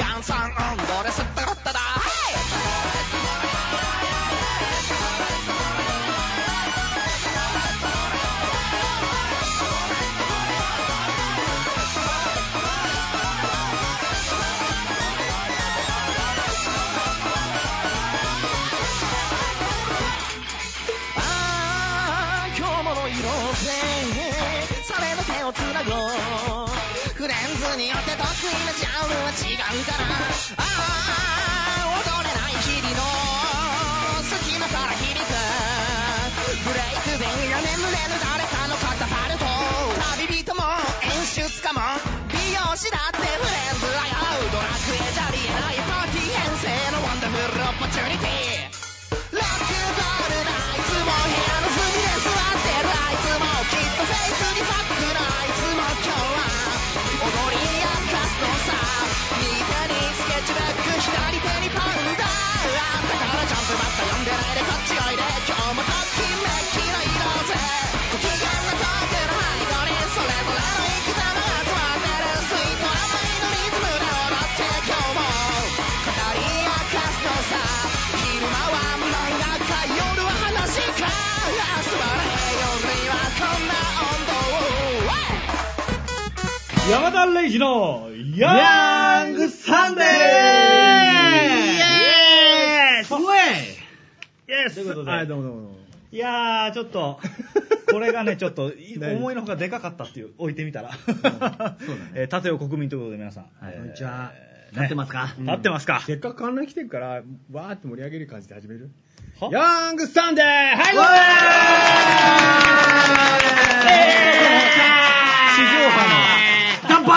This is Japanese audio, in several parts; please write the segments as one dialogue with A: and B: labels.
A: ンサンオンドレスタラッタダあー今日もの色でそれの手をつなごうフレンズによって得意なジャンルは違うからあー踊れない日々の隙間から響くブレイクベンが眠れる誰かの肩パルト旅人も演出家も美容師だってフレンズはよドラクエじゃありえないパーティー編成のワンダフルオポチュニティ「ラックボールだいつも部屋の隅で座ってるあいつもきっとフェイスブックでファックなあいつも今日は踊りやかすのさ」「右手にスケッチブック左手にパウダー」「だからジャンプバッタ読んでないでこっちおいで今日もときめきの色ぜ」「ご機嫌なトークの背後にそれぞれの生き様が集まってる」「スイート甘いのリズムで踊って今日も」語り明かすのさ昼間は漫画家夜は話か素晴らへん夜にはこんな温度を
B: 山田レイジのヤ
C: ヤ
B: ン
C: ン
B: グ
C: グ
B: サ
C: サ
B: ン
C: ン
B: デ
C: デ
B: ーイ
C: ー
B: エーイイエス
C: ということで、
B: はいどうも
C: どうもどうも。
B: いやー、ちょっ と、これがね、ちょっと、い
C: 大丈夫
B: 思いのほかでかかったっていう、置いてみたら。
C: そうだね
B: えー盾を国民ということで皆さん。
C: はい
B: えー
C: こんにちは
B: ね
C: 立ってますか
B: 立ってますか
D: せっかく観覧来てるから、わーって盛り上げる感じで始める
B: は
D: ヤングサンデーはい
B: 地上波の。
C: 乾杯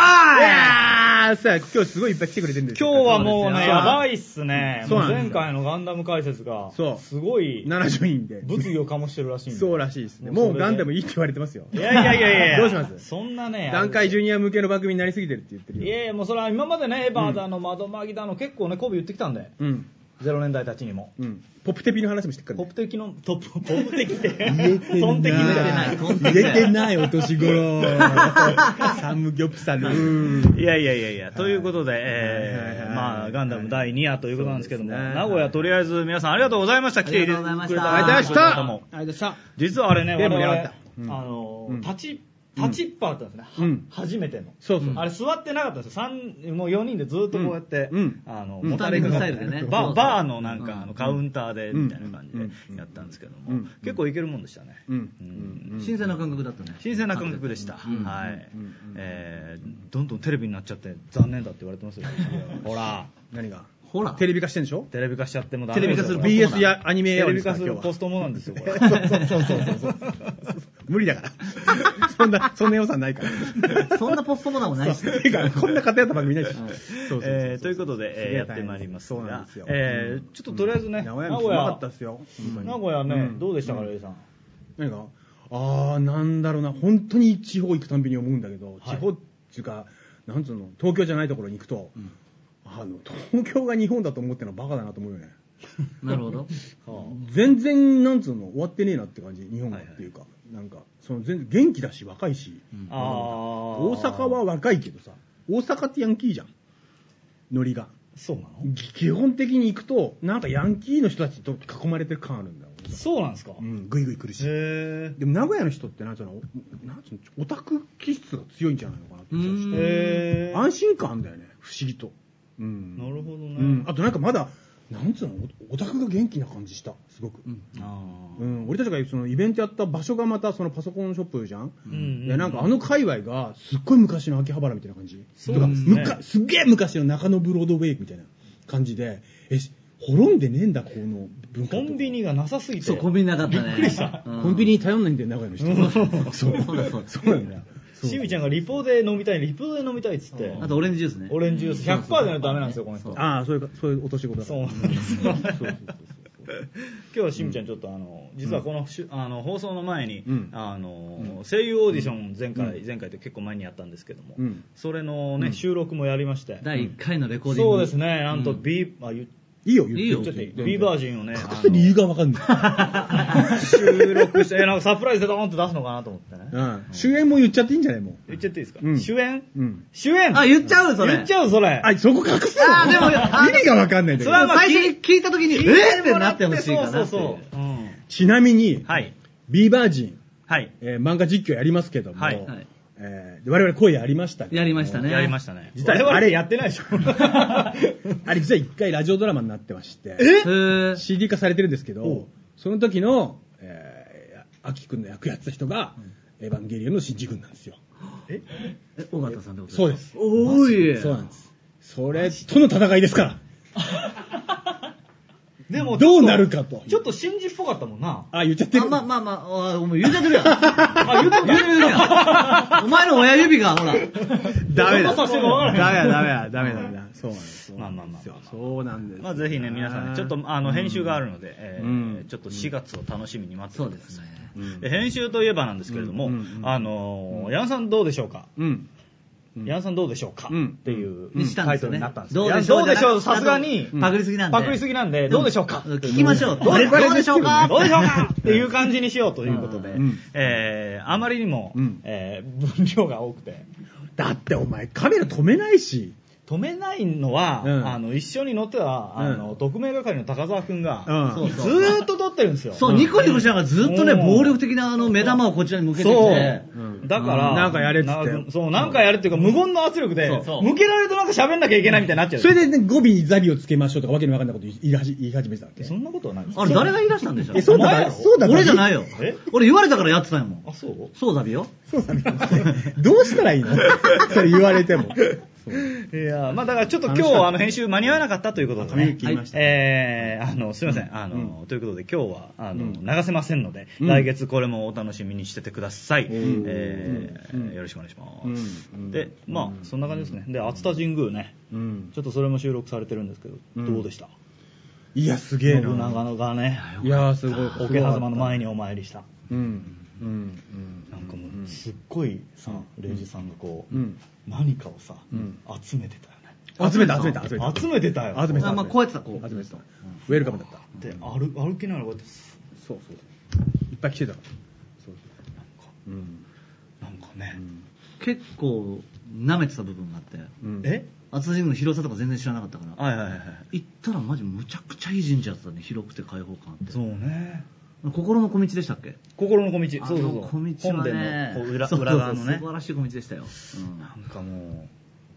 D: あーさあ、今日すごいいっぱい来てくれてるんですよ
B: 今日はもうね、
C: そうですね
B: やばいっすね。
D: そう
B: もう
D: なんです
B: 前回のガンダム解説が、
D: そう
B: すごい、
D: 70人で。
B: 物議を醸してるらしいんで
D: そうらしいですね。もうガンダムいいって言われてますよ。
B: いやいやいやいや。
D: どうします
B: そんなね。
D: 段階ジュ
B: に。
D: ニア向けの番組になりすぎてるって言ってる
B: い
D: よ。
B: やいや、もうそれは今までね、エヴァーだの、窓マギだの、結構ね、コビ言ってきたんで。
D: うん。
B: ゼロ年代たちにも。
D: うん。ポップテピの話もしてっから
B: ポッ
D: ね。
B: プ的の、トップ、ポップ的って。ト
D: ト
B: ン
D: ンテ
B: 的
D: キ
B: み
D: み
B: た
D: た
B: い
D: い
B: な
D: な。
C: トンテキ
D: 入れてないお年 頃。サムギョプサル。
B: いやいやいやいや、ということで、
D: はい
B: え
D: は
B: ー
D: い
B: まあ、ガンダム第2夜ということなんですけども、
D: そうですね
B: 名古屋とりあえず皆さんありがとうございました。来てい
C: あり
B: れ
C: が
B: く
C: とう
B: れ
C: ございま
B: た
D: ありがとうご
C: した
D: ざいました
B: 方も
C: ありがとうございました。
B: 実はあれね、
D: でも
B: 我々
D: やられたうん
B: あの
D: うん
B: ー、立ち、立ちっぱだったんですね。
D: うん
B: は初めての。
D: そうそう
B: あれ座ってなかったんですよ。三、もう4人でずっとこうやって
D: うんうん、
B: あの、
D: うん
B: もたれかかって
C: ボタンのスタイルでね
B: バ
C: そ
B: ー
C: う
B: バーのなんか、
C: うん
B: あの、カウンターで、
D: うん
B: みたいな感じでやったんですけど
D: う
B: も
D: ん、
B: 結構いけるもんでしたね。
D: うん
B: うん
C: 新鮮な感覚だったね。
B: 新鮮な感覚でした。
C: うん
B: はい
D: うんうん。
B: えーどんどんテレビになっちゃって残念だって言われ てますよ。ほら、
D: 何が
C: ほら。
D: テレビ化してんでし ょ
B: テレビ化しちゃってもダメ
C: テレビ化する
B: ですよ
D: ?BS やアニメ
B: テ
D: や
B: レビ化する
D: 今日は
B: コストもなんですよ、これ。
D: そうそうそうそう。無理だから。そんな、そんな予算ない から。
C: そんなポストモダンもないし。
D: てか、こんな偏った番組ないし。そうそうそうそう
B: えーということで、えー
D: げ
B: や
D: え
B: ってまいります
D: そうなん
B: が
D: ですよ、
B: えーちょっととりあえずね、
D: 名
B: 名
D: 古
B: 古
D: 屋もすごか
B: 屋
D: った、ですよ。
B: 名古屋ね、どうでしたか、
D: ね
B: レイさん。
D: 何があー、なんだろうな、本当に地方行くたんびに思うんだけど、
B: はい
D: 地方っていうか、なんつうの、東京じゃないところに行くと、あの、東京が日本だと思ってるのはバカだなと思うよね。
C: なるほど。
D: 全然、なんつうの、終わってねえなって感じ、日本がっていうか、なんか、その全然元気だし、若いし、
C: ん
B: あー
D: 大阪は若いけどさ、大阪ってヤンキーじゃん、ノリが。
B: そうなの
D: 基本的に行くと、なんかヤンキーの人たちと囲まれてる感あるんだよ。
B: そうなんですか。
D: う
B: へ
D: ん、ぐいぐい来るし。
B: え。
D: でも名古屋の人ってなんつうの、なんつうの、オタク気質が強いんじゃないのかなって気がし
C: うん
D: て。
B: へー
D: 安心感あんだよね、不思議と。うん。
B: なるほどね。
D: うん。あとなんかまだ、なんつうの、オタクが元気な感じした、すごく。
C: うん。
B: あ
D: うん、俺たちがそのイベントやった場所がまたそのパソコンショップじゃん、
B: ーうん
D: いやなんかあの界隈がすっごい昔の秋葉原みたいな感じ
B: そうですね
D: とかむかすっげえ昔の中野ブロードウェイみたいな感じでえし滅んでねえんだこの文化
B: コ
D: と
B: ンビニがなさすぎて。
C: そう、コンビニなかったね。びっくりした。
D: コンビニに頼んないんだよ名古屋の人 そう
C: そうだそうだ
D: そうなんだよそう
B: しみちゃんがリポで飲みたい、リポで飲みたいっつって。
C: あとオレンジジュースね。
B: オレンジジュース100%じゃないとダメなんですよ、この人。
D: ああそういうかそういうお年頃だか
B: そう
D: ら
B: なんですよ。
D: そうそう
B: 今日はしみちゃんちょっとあの実はこのしゅあの放送の前に
D: うん
B: あの声優オーディション前回前回って結構前にやったんですけども
D: うん
B: それのね収録もやりまして
C: 第1回のレコーディング。
B: そうですねなんと B あ言っ
D: いいよ、言って
C: いいよ
B: ちょっと、B バージンをね、あ
E: 理由がわかんない。
B: の収録して、えなんかサプライズでドーンと出すのかなと思ってね。
D: うん。主演も言っちゃっていいんじゃないも
B: 言っちゃっていいですか
D: うん
B: 主演
D: う。うん。
B: 主演
C: あ、言っちゃうそれ。
B: 言っちゃう、それ。
D: あ、そこ隠すの
C: あーでもあー
D: 意味がわかんないんだけ
B: それは
D: ど。
B: まあ
C: 最初に聞いた時に、
B: 聞い
C: えーって
B: もら
C: なってほしいかなってい
B: そうそ
C: う
B: うそう。うん
D: ちなみに、
B: はい。
D: ビーバージン、
B: はい。
D: えー漫画実況やりますけども、
B: はい
C: はい
D: えーで我々声やりましたけど
C: やりましたね。
B: やりましたね。
D: 実は
B: 我々あれやってないでしょ。
D: あれ実は一回ラジオドラマになってまして、
C: へー
D: CD 化されてるんですけど、その時の、えー、秋君の役やってた人が、エヴァンゲリオンの新次君なんですよ。
C: え、尾形さんってこと
D: そうです。
C: おい。
D: そうなんです。それとの戦いですから。
B: でも
D: どうなるかと
B: ちょっと信じっぽかったもんな。
D: あ、言っちゃってる。
C: あまあまあまあ、あお前言うちゃってるやん。 あ、言うてる、言うてるやん。お前の親指が、 ほら。
D: ダメだ。
B: どんな作戦かわからへん
D: メだ、ダメだ、ダメだダ メだ。そうなんですよ。
B: まあまあまあ
D: そうなんですよ。
B: まあぜひね、皆さんね、ちょっとあの編集があるので、えー
D: うん
B: ちょっと4月を楽しみに待って
C: そう
B: て
C: で
B: くだ
C: す
B: さい
C: ね。。
D: うん
B: で編集といえばなんですけれども、
D: うんうんうん
B: あのー矢野さんどうでしょうか、
D: うん。うん
B: 矢野さんどうでしょうか、
D: うん
B: っていう
C: にしたん
B: タ
C: で
B: イト
C: す
B: ル
C: よね
B: になったんです
C: どうでしょ
B: ど
C: う
B: うでしょう
C: じゃ
B: さ
C: なく
B: す
C: て
B: がに、
C: パクリすぎなんで。
B: パクリすぎなんで、どうでしょうか、
C: 聞きましょう。
D: ど
C: ど
D: う
C: れどうでしょうか
B: どうでしょうかっていう感じにしようということで、
D: ん
B: えーあまりにも、
D: うん
B: えー分量が多くて、
D: だってお前カメラ止めないし。
B: 止めないのは、
D: うん
B: あの一緒に乗ってた、あの特命係の高澤君が、
D: うん
B: ずーっと撮ってるんですよ。
C: そう、ニコニコしながらずっとね、
B: うん
C: 暴力的なあの目玉をこちらに向けてきて。
D: うん
B: だから、
D: うんなんかやれっつって
B: なそう、なんかやれっていうか、無言の圧力で、
C: そう
B: 向けられるとなんか喋んなきゃいけないみたいになっちゃう。
D: それでね、語尾にザビをつけましょうとかわけのわかんないこと言い始言い始めてたわけ。
B: そんなことはないです
C: あれ、誰が言い出したんでしょ
D: え、そう
B: お前
D: だ
B: や
D: っ
B: ろ
D: た、そうだった。
C: 俺じゃないよ
B: え。
C: 俺言われたからやってたんやもん。
B: あ、そう
C: そうだびよ。
D: そうだね。どうしたらいいの それ言われても。
B: いやーまあだからちょっと今日、あの、編集間に合わなかったということで、ね。
C: 切りまし
B: えーあの、すいません。あの、ということで今日は、あの、流せませんので、来月これもお楽しみにしててください。えーよろしくお願いします。で、まあ、そんな感じですね。で、熱田神宮ね。
D: うん。
B: ちょっとそれも収録されてるんですけど、
D: うん
B: どうでした
D: いや、すげえ
B: 信
D: な。
B: 長がね、
D: いやー、すごい。
B: 桶狭間の前にお参りした。
D: うん。うん。うん。
B: なんかもう、すっごいさ、レイジさんがこう、
D: うん
B: 何かをさ、
D: うん
B: 集めてたよね。
D: 集めた、集めた、集めた。
B: 集めてたよ。
D: 集めた。
C: あまあこうやってたこう
D: 集めてた。ウェルカムだった。
B: で歩歩きながらこうやって
D: そうそう。いっぱい来てた。そうそう。うん。
B: なんかね、
C: 結構、舐めてた部分があって。
D: うん
B: え
C: 厚人の広さとか全然知らなかったから。
B: はいはいはいはい
C: 行ったらマジむちゃくちゃいい神社だったね。広くて開放感あって。
B: そうね
C: 心の小道でしたっけ
B: 心の小道そうそう
C: あ
B: そう
C: の小道
B: 本
C: はね
B: 殿のこう裏
C: そうそう
B: 裏側のね
C: 素晴らしい小道でしたよ。うん
B: なんかもう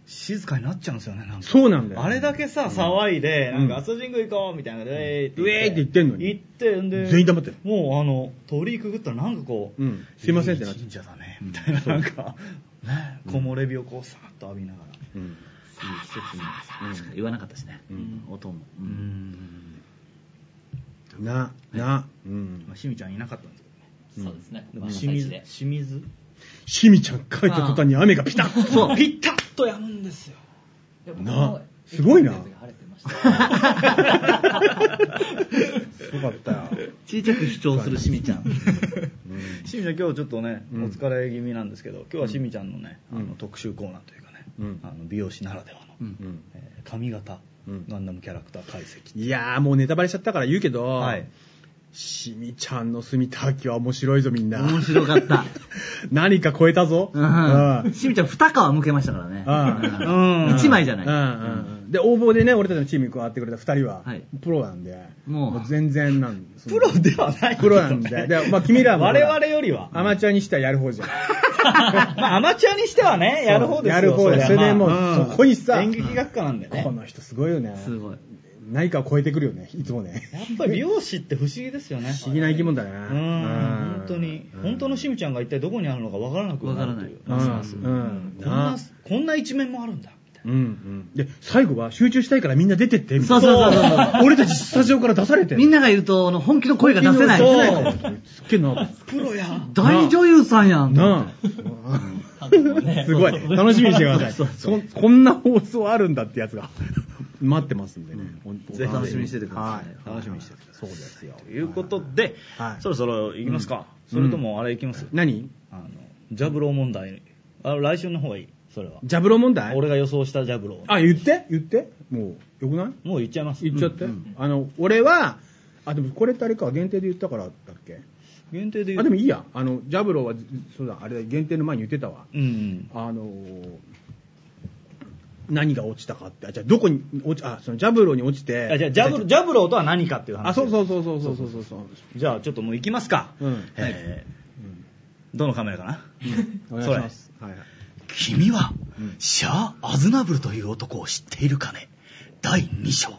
B: 静かになっちゃうんですよねなんか
D: そうなんだよ
B: あれだけさ騒いで、
D: うん
B: なんか熱田神宮行こうみたいなのでウ
D: ウェーって言ってんのに
B: 行ってんで
D: 全員黙ってる
B: もうあの鳥居くぐったらなんかこう、
D: うんすいませんってなっちゃう
B: 神社だねみたいななんかね木漏れ日をこうさーっと浴びながら
D: うん。
C: 確かに言わなかったしね。
D: うん
C: 音も。
B: う
C: うん
B: ん
D: な、な。うん
B: まあ。しみちゃんいなかったんですけどね
F: そうですね。
B: で
F: ま
B: も
F: あ
B: 清
F: 朝
B: 水
F: 一で
B: 清水
D: しみちゃん帰った途端に雨がピタッ
C: そう。
B: ピッタッとやむんですよ。
F: でも
D: な
F: 僕も
D: すごいな
F: 駅のやつが晴れてました。
D: よかったよ。
C: 小さく主張するしみちゃん。
B: しみちゃん、今日ちょっとね、
D: うん
B: お疲れ気味なんですけど、今日はしみちゃんのね、
D: うん
B: あの特集コーナーというかね、
D: うん
B: あの美容師ならではの、
C: うん
D: うん。
B: えー髪型、
D: うん
B: ガンダムキャラクター解析。
D: いやーもうネタバレしちゃったから言うけど、
B: はい
D: しみちゃんの住みた秋は面白いぞみんな。
C: 面白かった。
D: 何か超えたぞ。
C: うん。しみちゃん二皮向けましたからね。
D: うん
C: うん一枚じゃ
D: うんう
C: ない。
D: んうんで、応募でね、俺たちのチームに加わってくれた2人は、
C: はい
D: プロなんで、
C: もう
D: 全然なんその
B: プロではないけ
D: プ
B: どね
D: ロなんで。で、まあ君らもほ
B: 我
D: ら。
B: 々よりは。
D: アマチュアにしてはやる方じゃん。
B: まあ、アマチュアにしてはね、やる方ですよ。
D: やる方だよ
B: りゃ
D: それでもう
B: まあん
D: そこにさ
B: 演劇学科なんでね
D: こ。の人すごいよね。
C: すごい。
D: 何かを超えてくるよね、いつもね。
B: やっぱり美容師って不思議ですよね。
D: 不思議な生き物だね。
B: うん、本当に、本当のしみちゃんが一体どこにあるのかわからなくなるという。
D: うん。うん。
B: こんな、こんな一面もあるんだ。
D: うんうん、で最後は集中したいからみんな出てってみたいな
C: そうそうそうそう
D: そう 俺たちスタジオから出されて
C: みん
D: な
C: ながいると、あの本気の声が出せない。
D: すっげえな
B: プロや。
C: 大女優さんやん。
D: な
F: 韓国もね
D: あすごい楽しみにしてくださいそこんな放送あるんだってやつが 待ってますんでね、本当
B: ぜひ楽しみにして
C: てください
D: は楽しみにしててくださいそうですよ
B: ということで、
D: はい
B: そろそろ行きますか、
D: うん
B: それともあれ行きます、
D: 何
B: あのジャブロー問題あの来週の方がいいそれは。
D: ジャブロ問題
B: 俺が予想したジャブロー。
D: あ、言って言ってもう、よくない
B: もう言っちゃいます。
D: 言っちゃって。
B: うん
D: あの、俺は、あ、でもこれってあれか、限定で言ったからだっけ
B: 限定で言
D: あ、
B: う
D: でもいいや。あの、ジャブロは、そうだ、あれだ、限定の前に言ってたわ。
B: うん。
D: あのー何が落ちたかって、あ、じゃあどこに落ち、あ、そのジャブロに落ちて。
B: あじゃあジャブロ、ジャブローとは何かっていう話。
D: あ、そうそうそうそうそうそうそうそう。
B: じゃあちょっともう行きますか。
D: うん
B: えーどのカメラかな
D: お願いします。はいはい。
G: 君は、シャア・アズナブルという男を知っているかね第2章。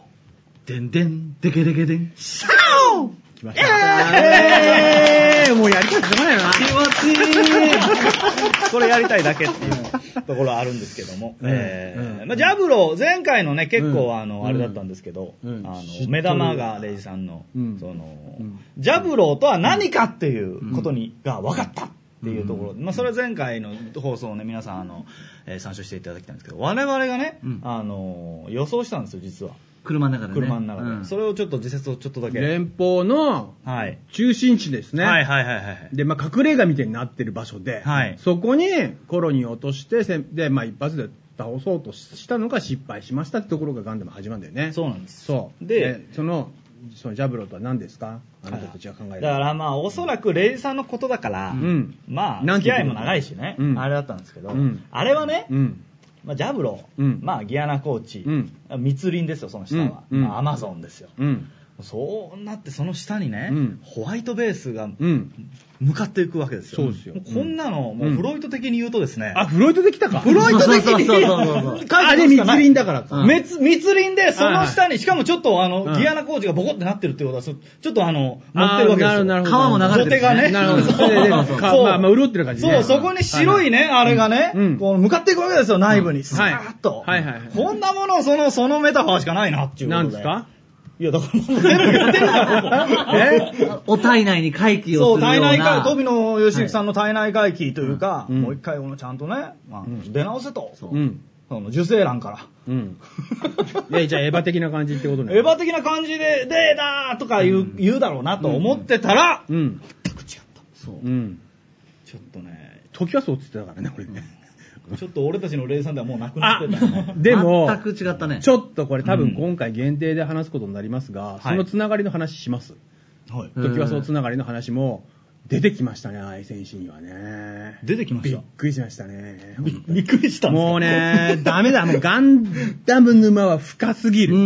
B: でんでん、でけでけでん。気
D: 来ました。えー、もうやりたくてしょうがないよな。
B: 持ちいいこれやりたいだけっていうところはあるんですけども。えー
D: うん
B: まあジャブロー、前回のね、結
D: うん
B: 構あの、あれだったんですけど、
D: うん
B: あ
D: 知って
B: の、
D: る
B: 目玉がレイジさんの、
D: うん
B: その、
D: うん
B: ジャブローとは何かっていうことに、が分かったっていうところ。まあそれは前回の放送をね、皆さんあの、えー参照していただきたいんですけど、我々がね、
C: うん
B: あの、予想したんですよ、実は。
C: 車の中でね。
B: 車の中で。
C: うん
B: それをちょっと自説をちょっとだけ。
D: 連邦の
B: はい。
D: 中心地ですね。
B: はいはいはいはいはい。
D: で、まあ、隠れ家みたいになってる場所で、
B: はい
D: そこにコロニーを落として、せんで、まあ、一発で倒そうとしたのが失敗しましたってところがガンダム始まるんだよね。
B: そうなんです。
D: そう。
B: で
D: で、その、そのジャブロとは何ですかあなたたちが考え
B: だ
D: る。
B: からまあ、おそらくレイジさんのことだから、
D: ん
B: まあ、
D: なん
B: 付
D: て言
B: き
D: う
B: 合い
D: の
B: も長いしね、
D: うん
B: あれだったんですけど、
D: うん
B: あれはね、
D: うん。
B: まあ、ジャブロ、
D: うん
B: まあ、ギアナコーチ、
D: うん
B: 密林ですよ、その下は。
D: うんうん
B: まあアマゾンですよ。
D: うん。
B: そうなって、その下にね、
D: うん
B: ホワイトベースが
D: うん。
B: 向かっていくわけですよ。
D: そうですよ
B: もこんなの、もうフロイト的に言うとですね、
D: あ、フロイトできたか。
B: フロイト的に
C: そうそうそうそうそう
D: あれ、密林だからか。
B: 密密林で、その下に、しかもちょっとあの、
D: うん
B: ギアナコーチがボコってなってるってことは、そちょっとあの、持ってるわけですよ。
D: なるほど、
C: 川も
D: なる
C: 流
D: ほ
B: 土
C: れ
B: 手
C: てる
B: がね。
D: なるほど
B: そう
D: ででで
B: そう
D: かまあまあ潤ってる感じね
B: そう、そこに白いね、あれがね、
D: うん
B: こう向かっていくわけですよ、内部に。さーっと。
D: はいはいはいはい
B: こんなもの、その、そのメタファーしかないな、っていうこ
D: な
B: と
D: ん
B: で。
D: ですか
B: いや、だからもう出る、出るだろ。え
C: お体内に回帰
B: そう、
C: をする
B: 体
C: ような。
B: 内回、富野義行さんの体内回帰というか、
D: うん
B: もう一回、ちゃんとね、まあ
D: ん
B: 出直せと。そ
D: うん。
B: の、受精卵から。
D: うん。え、じゃあエヴァ的な感じってことね。
B: エヴァ的な感じで、でーだーとか言う,、言うだろうなと思ってたら、
D: うん。
C: そう
D: うん。
B: ちょっとね、
D: 時はそうって言ってたからね、俺ね。
B: ちょっと俺たちのレイさんではもうなくな
D: あ
B: ってたよね。
D: でも、
C: 全く違ったね。
D: ちょっとこれ多分今回限定で話すことになりますが、そのつながりの話します。
B: はい
C: うん
D: 時はそうつながりの話も出てきましたね、愛選手にはね。
B: 出てきま
D: び
B: し。
D: ったくりしましたね。
B: びっくりしたんです
D: もうね、ダメだ、もう ガンダム沼は深すぎ
C: う
D: る。
C: ー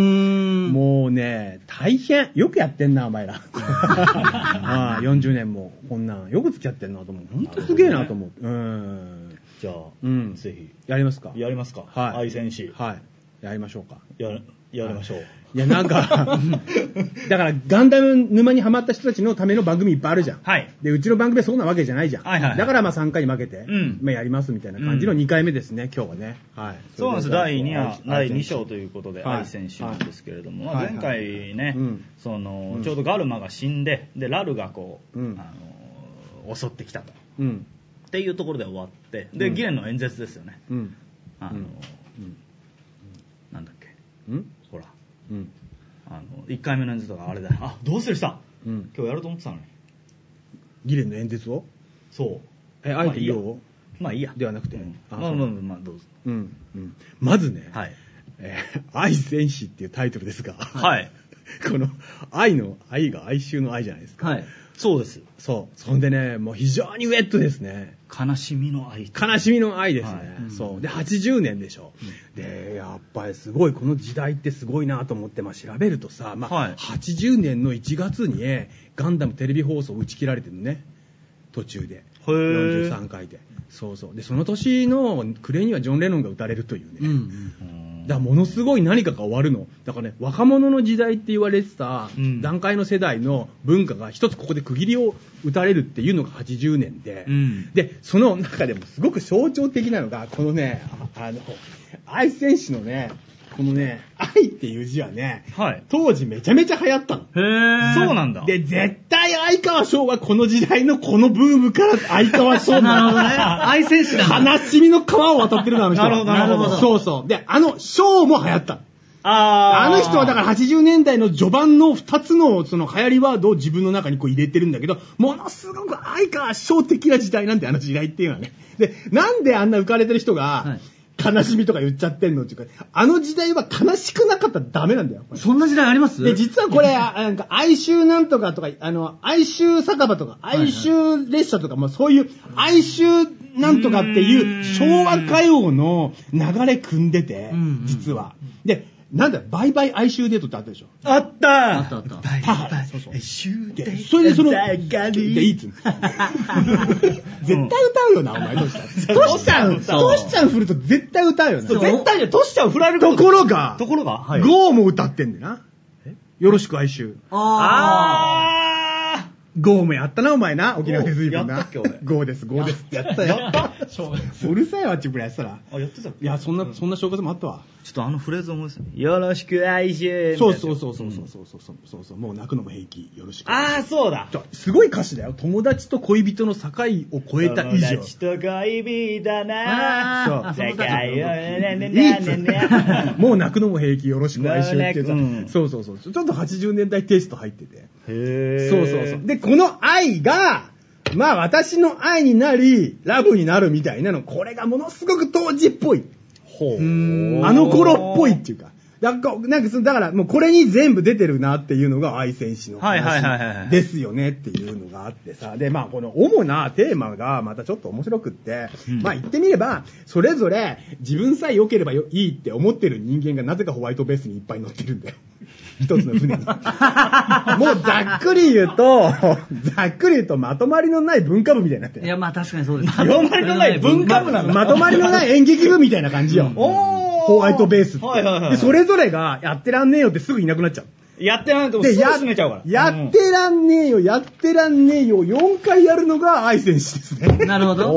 C: ん。
D: もうね、大変。よくやってんな、お前 ら。ああ40年も、こんなん。よく付き合ってんなと思う。ほんとすげえなと思う。うん。
B: じゃあ、
D: うん
B: ぜひ、
D: やりますか
B: やりますか。
D: はい
B: 愛戦士。
D: はい。やりましょうか。
B: や、やりましょう。
D: いや、なんか、 だから、ガンダム沼にハマった人たちのための番組いっぱいあるじゃん。
B: はい
D: で、うちの番組はそうなわけじゃないじゃん。
B: はいはいはい
D: だから、まあ、3回に負けて、
B: ん
D: まあ、やりますみたいな感じの2回目ですね、今日はね。はい。
B: そうなんです。
D: れ
B: 第2話、第2章と
D: う。
B: いうことで、
D: はい
B: 愛戦士なんですけれども、ま
D: は
B: あ
D: い
B: 前回ね
D: うん、
B: その
D: う、ん
B: ちょうどガルマが死んで、で、ラルがこう、
D: うん
B: あの、襲ってきたと。
D: うん。
B: っていうところで終わって、で、
D: うん
B: ギレンの演説ですよね。
D: うん。
B: あの、
D: うん。
B: なんだっけ、
D: うん。
B: ほら、
D: うん。
B: あの、1回目の演説とかあれだよ。あ、どうするした
D: うん。
B: 今日やると思ってたのに。
D: ギレンの演説を
B: そう。
D: え、あえて言おう、
B: まあいいや。
D: ではなくて
B: うん
D: あ
B: まあ
D: そう
B: まあまあまあ、どうぞ。
D: うん。うん。まずね、
B: はい。
D: えー愛戦士っていうタイトルですが、
B: はい。
D: この、愛の、愛が哀愁の愛じゃないですか。
C: はい。
B: そうです。
D: そう。そんでね、もう非常にウェットですね。
B: 悲しみの愛。
D: 悲しみの愛ですね。
B: はい
C: ん
D: そう。で、80年でしょ。で、やっぱりすごい、この時代ってすごいなと思って、まあ調べるとさ、まあ、
B: はい
D: 80年の1月に、ガンダムテレビ放送打ち切られてるのね。途中で。
B: へー
D: 43回で。そうそう。で、その年の暮れにはジョン・レノンが撃たれるというね。
C: うん。
B: うん
D: だからものすごい何かが終わるの。だからね、若者の時代って言われてた
B: うん
D: 段階の世代の文化が一つここで区切りを打たれるっていうのが80年で、
B: うん
D: で、その中でもすごく象徴的なのが、このね、ああの、愛選手のね、このね、愛っていう字はね、
B: はい
D: 当時めちゃめちゃ流行ったの。
B: へーそうなんだ。
D: で、絶対相川翔はこの時代のこのブームから相川翔
C: なるほどね。愛戦士なんだ。
D: 悲しみの川を渡ってるの、あの人は。
B: なるほどな
C: るほど
D: そうそう。で、あの、ショーも流行った。
B: あ
D: あ
B: ー
D: の人はだから80年代の序盤の2つのその流行りワードを自分の中にこう入れてるんだけど、ものすごく相川翔的な時代なんで、あの時代っていうのはね。で、なんであんな浮かれてる人が、
C: はい
D: 悲しみとか言っちゃってんのっていうか、あの時代は悲しくなかったらダメなんだよ。これ
C: そんな時代あります
D: で、実はこれ、あなんか、哀愁なんとかとか、あの、哀愁酒場とか、哀愁列車とか、まあそういう、哀愁なんとかっていう、昭和歌謡の流れ組んでて
C: うんうん、
D: 実は。で、なんだ、バイバイ哀愁デートってあったでしょ。
B: あった
C: あったあった。
D: 母原そうそうで、そ
H: そ
D: れ
H: れ
D: で
H: で
D: そ
H: そ
D: の、
H: の、
D: で、いいっつう の絶対歌うよな、お前、トシちゃん。トシちゃん、トシちゃん振ると絶対歌うよな。
C: う絶
D: 対トシちゃん振られるところが、
B: ところが、は
D: ゴーも歌ってんだよな。よろしく哀愁。
C: あ
B: あ
D: ゴーもやったな、お前な。沖縄で随分な。
B: やったっけ俺
D: ゴーです、ゴーです。やったよ。
I: しょうがない。
D: うるさいわ、あっちぐらいやってたら。
B: ーあ、やってたっ
D: い
B: け
D: や、そんな、そんな正月もあったわ。
B: ちょっとあのフレーズ思い出すよろしく愛しゅ
D: そうそうそうそううんそうそうそうそうそうそう、もう泣くのも平気。よろしく。
B: ああ、そうだ。
D: ちょすごい歌詞だよ。友達と恋人の境を超えた以上。
B: と恋人
C: な
B: そう。
C: 世界を
B: ねね
D: いいっつう のもう泣くのも平気、よろしく哀愁っていうさ、
B: うん
D: そうそうそう。ちょっと80年代テイスト入ってて。
B: へ
D: そうそうそう。で、この愛が、まあ私の愛になり、ラブになるみたいなの、これがものすごく当時っぽい。
B: ほう。
D: あの頃っぽいっていうか。だから、なんかそのだからもうこれに全部出てるなっていうのが愛選手の
B: はいはいはいはい
D: 話ですよねっていうのがあってさ。で、まあこの主なテーマがまたちょっと面白くって、まあ言ってみれば、それぞれ自分さえ良ければよいいって思ってる人間がなぜかホワイトベースにいっぱい乗ってるんだよ。一つの船に。もうざっくり言うと、ざっくり言うとまとまりのない文化部みたいになって
C: あ。い
D: る。
C: や、まあ確かにそうです。
B: まとまりのない文化部なの
D: まとまりのない演劇部みたいな感じよ。ホワイトベースって。
B: はいはいはい
D: で、それぞれがやってらんねえよってすぐいなくなっちゃう。
B: やってないとす
D: で、
B: ぐ
D: や
B: 閉めちゃうから。
D: やってらんねえよ、やってらんねえよ、4回やるのが愛選手ですね。
C: なるほど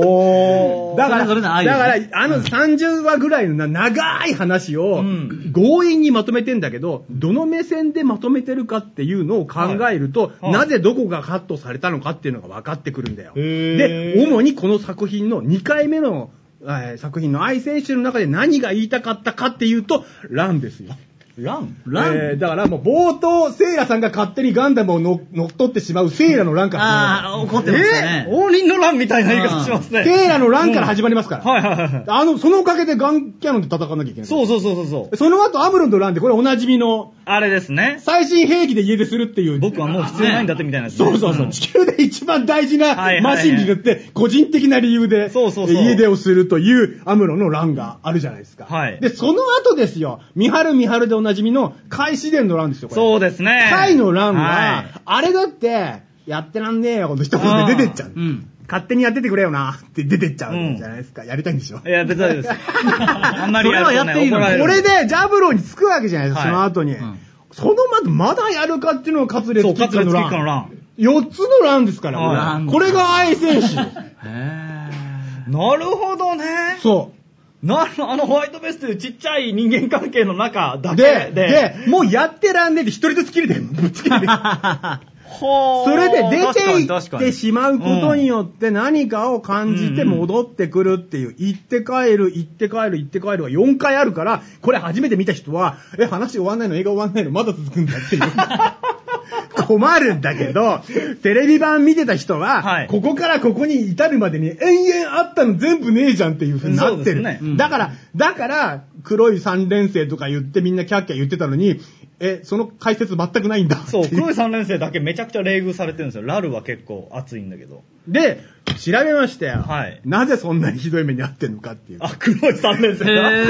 D: おだから、
C: それぞれの愛を
D: だ
C: ね
D: から、あの30話ぐらいのな長い話を
B: ん
D: 強引にまとめてんだけど、どの目線でまとめてるかっていうのを考えると、
B: はい
D: なぜどこがカットされたのかっていうのが分かってくるんだよ。
B: へー
D: で、主にこの作品の2回目の、えー作品の愛選手の中で何が言いたかったかっていうと、ランですよ。
B: ラン
C: ラン
D: えーだからもう冒頭、セイラさんが勝手にガンダムをの乗っ取ってしまうセイラの乱から
C: ああ、怒ってましたね。
B: 応仁の乱みたいな言い方しますね。
D: セイラの乱から始まりますから。
B: はいはいはい。
D: あの、そのおかげでガンキャノンで戦わなきゃいけない。
B: そうそうそうそうそう。
D: その後、アムロンとランで、これおなじみの、
B: あれですね。
D: 最新兵器で家出するっていう。
B: 僕はもう必要ないんだってみたいなやつね。
D: そうそうそう。
B: ん
D: 地球で一番大事な
B: はいはいはい
D: マシンに乗って、個人的な理由で、
B: そうそうそう
D: 家出をするというアムロの欄があるじゃないですか。
B: はい
D: で、その後ですよ、ミハルミハルでおなじみの、海自伝の欄ですよ、これ。
B: そうですね。
D: タイの欄が、
B: はい
D: あれだって、やってらんねえよ、この一言で出てっちゃう。
C: うん。
D: 勝手にやっててくれよな、って出てっちゃ
B: う
D: うんじゃないですか。やりたいんでしょ。
B: いや、別にです。あんまりるとね
C: それはやっていいの
B: 怒られる
D: これでジャブローにつくわけじゃないですか、
B: はい
D: その後に。
C: ん
D: そのまだ、まだやるかっていうのがカツレ
B: そう、
D: ツキ
B: カ
D: ッ
B: ツ
D: カの
B: レツキッカの
D: 欄。
B: 乱。
D: 4つの欄ですから、
B: はい
D: これこれが愛選手。
C: へ
B: なるほどね。
D: そ
B: なるあのホワイトベースというちっちゃい人間関係の中だ
D: う。
B: け
D: で、
B: で。
D: で、もうやってらんねえって一人ずつ切れてる。ぶち切 れてる。
B: ほー
D: それで出てい
B: 確か
D: っ
B: に
D: てしまうことによって何かを感じて戻ってくるっていう、行って帰る、行って帰る、行って帰るが4回あるから、これ初めて見た人は、え、話終わんないの、映画終わんないの、まだ続くんだっていう。困るんだけど、テレビ版見てた人は、
B: はい
D: ここからここに至るまでに延々あったの全部ねえじゃんっていう風になってる。
B: そうですね
C: うん
D: だから、だから、黒い三連星とか言ってみんなキャッキャ言ってたのに、え、その解説全くないんだってい
B: そう、黒い三連星だけめちゃくちゃ冷遇されてるんですよ。ラルは結構熱いんだけど。
D: で、調べましたよ。
B: はい
D: なぜそんなにひどい目に遭ってんのかっていう。
B: あ、黒い三連星
C: え。
B: だ。
C: へえ。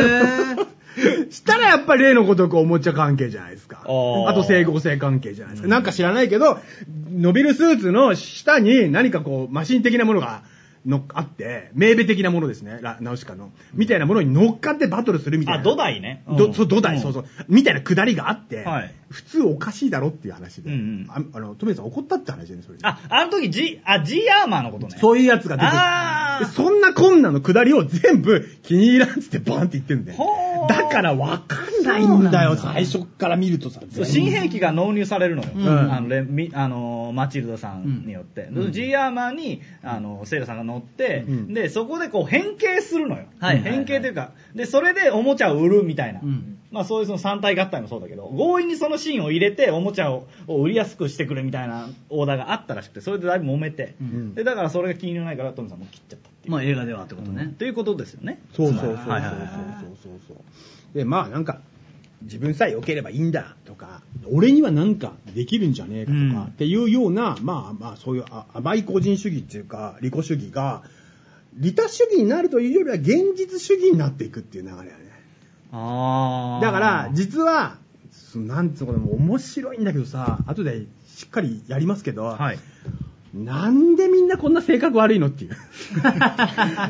D: したらやっぱり例のごとくおもちゃ関係じゃないですか。
B: あー
D: あと整合性関係じゃないですか。なんか知らないけど、伸びるスーツの下に何かこう、マシン的なものが、のあって、メーベ的なものですね、ラナウシカの。みたいなものに乗っかってバトルするみたいな。
B: あ土台ねうん
D: どそう、土台、
B: うん
D: そうそう。みたいなくだりがあって、
B: はい
D: 普通おかしいだろっていう話で。
B: うんうん
D: ああの、トメさん怒ったって話だよね、それね
B: あ、あの時、ジ、あ、ジーアーマーのことね。
D: そういうやつが出て
B: あー
D: きて、そんなこんなの下りを全部気に入らんっつってバーンって言ってんだよ
B: ほ。ー
D: だからわかんないんだよ、最初から見るとさ。
B: そう新兵器が納入されるのよ、
D: ん
B: あのレミあのーマチルダさんによって、で G アーマーにあのセイラさんが乗って、
D: うん
B: でそこでこう変形するのよ、
C: はい
B: 変形というかでそれでおもちゃを売るみたいな、
C: うん
B: まあ、そういうその三体合体もそうだけど強引にそのシーンを入れておもちゃをを売りやすくしてくれみたいなオーダーがあったらしくてそれでだいぶ揉めて、
D: ん
B: でだからそれが気に入らないからトムさんもう切っちゃっ
C: まあ映画ではってことね。
B: ということですよね。
D: そうそうそうそうそう
B: はいはいはい
D: そうそうそう。で、まあなんか、自分さえ良ければいいんだとか、俺にはなんかできるんじゃねえかとか、っていうような、まあまあそういうあ甘い個人主義っていうか、利己主義が、利他主義になるというよりは現実主義になっていくっていう流れだね。
B: あ
D: だから、、実は、そのなんつうのかな、もう面白いんだけどさ、後でしっかりやりますけど、
B: はい。
D: なんでみんなこんな性格悪いの っていう。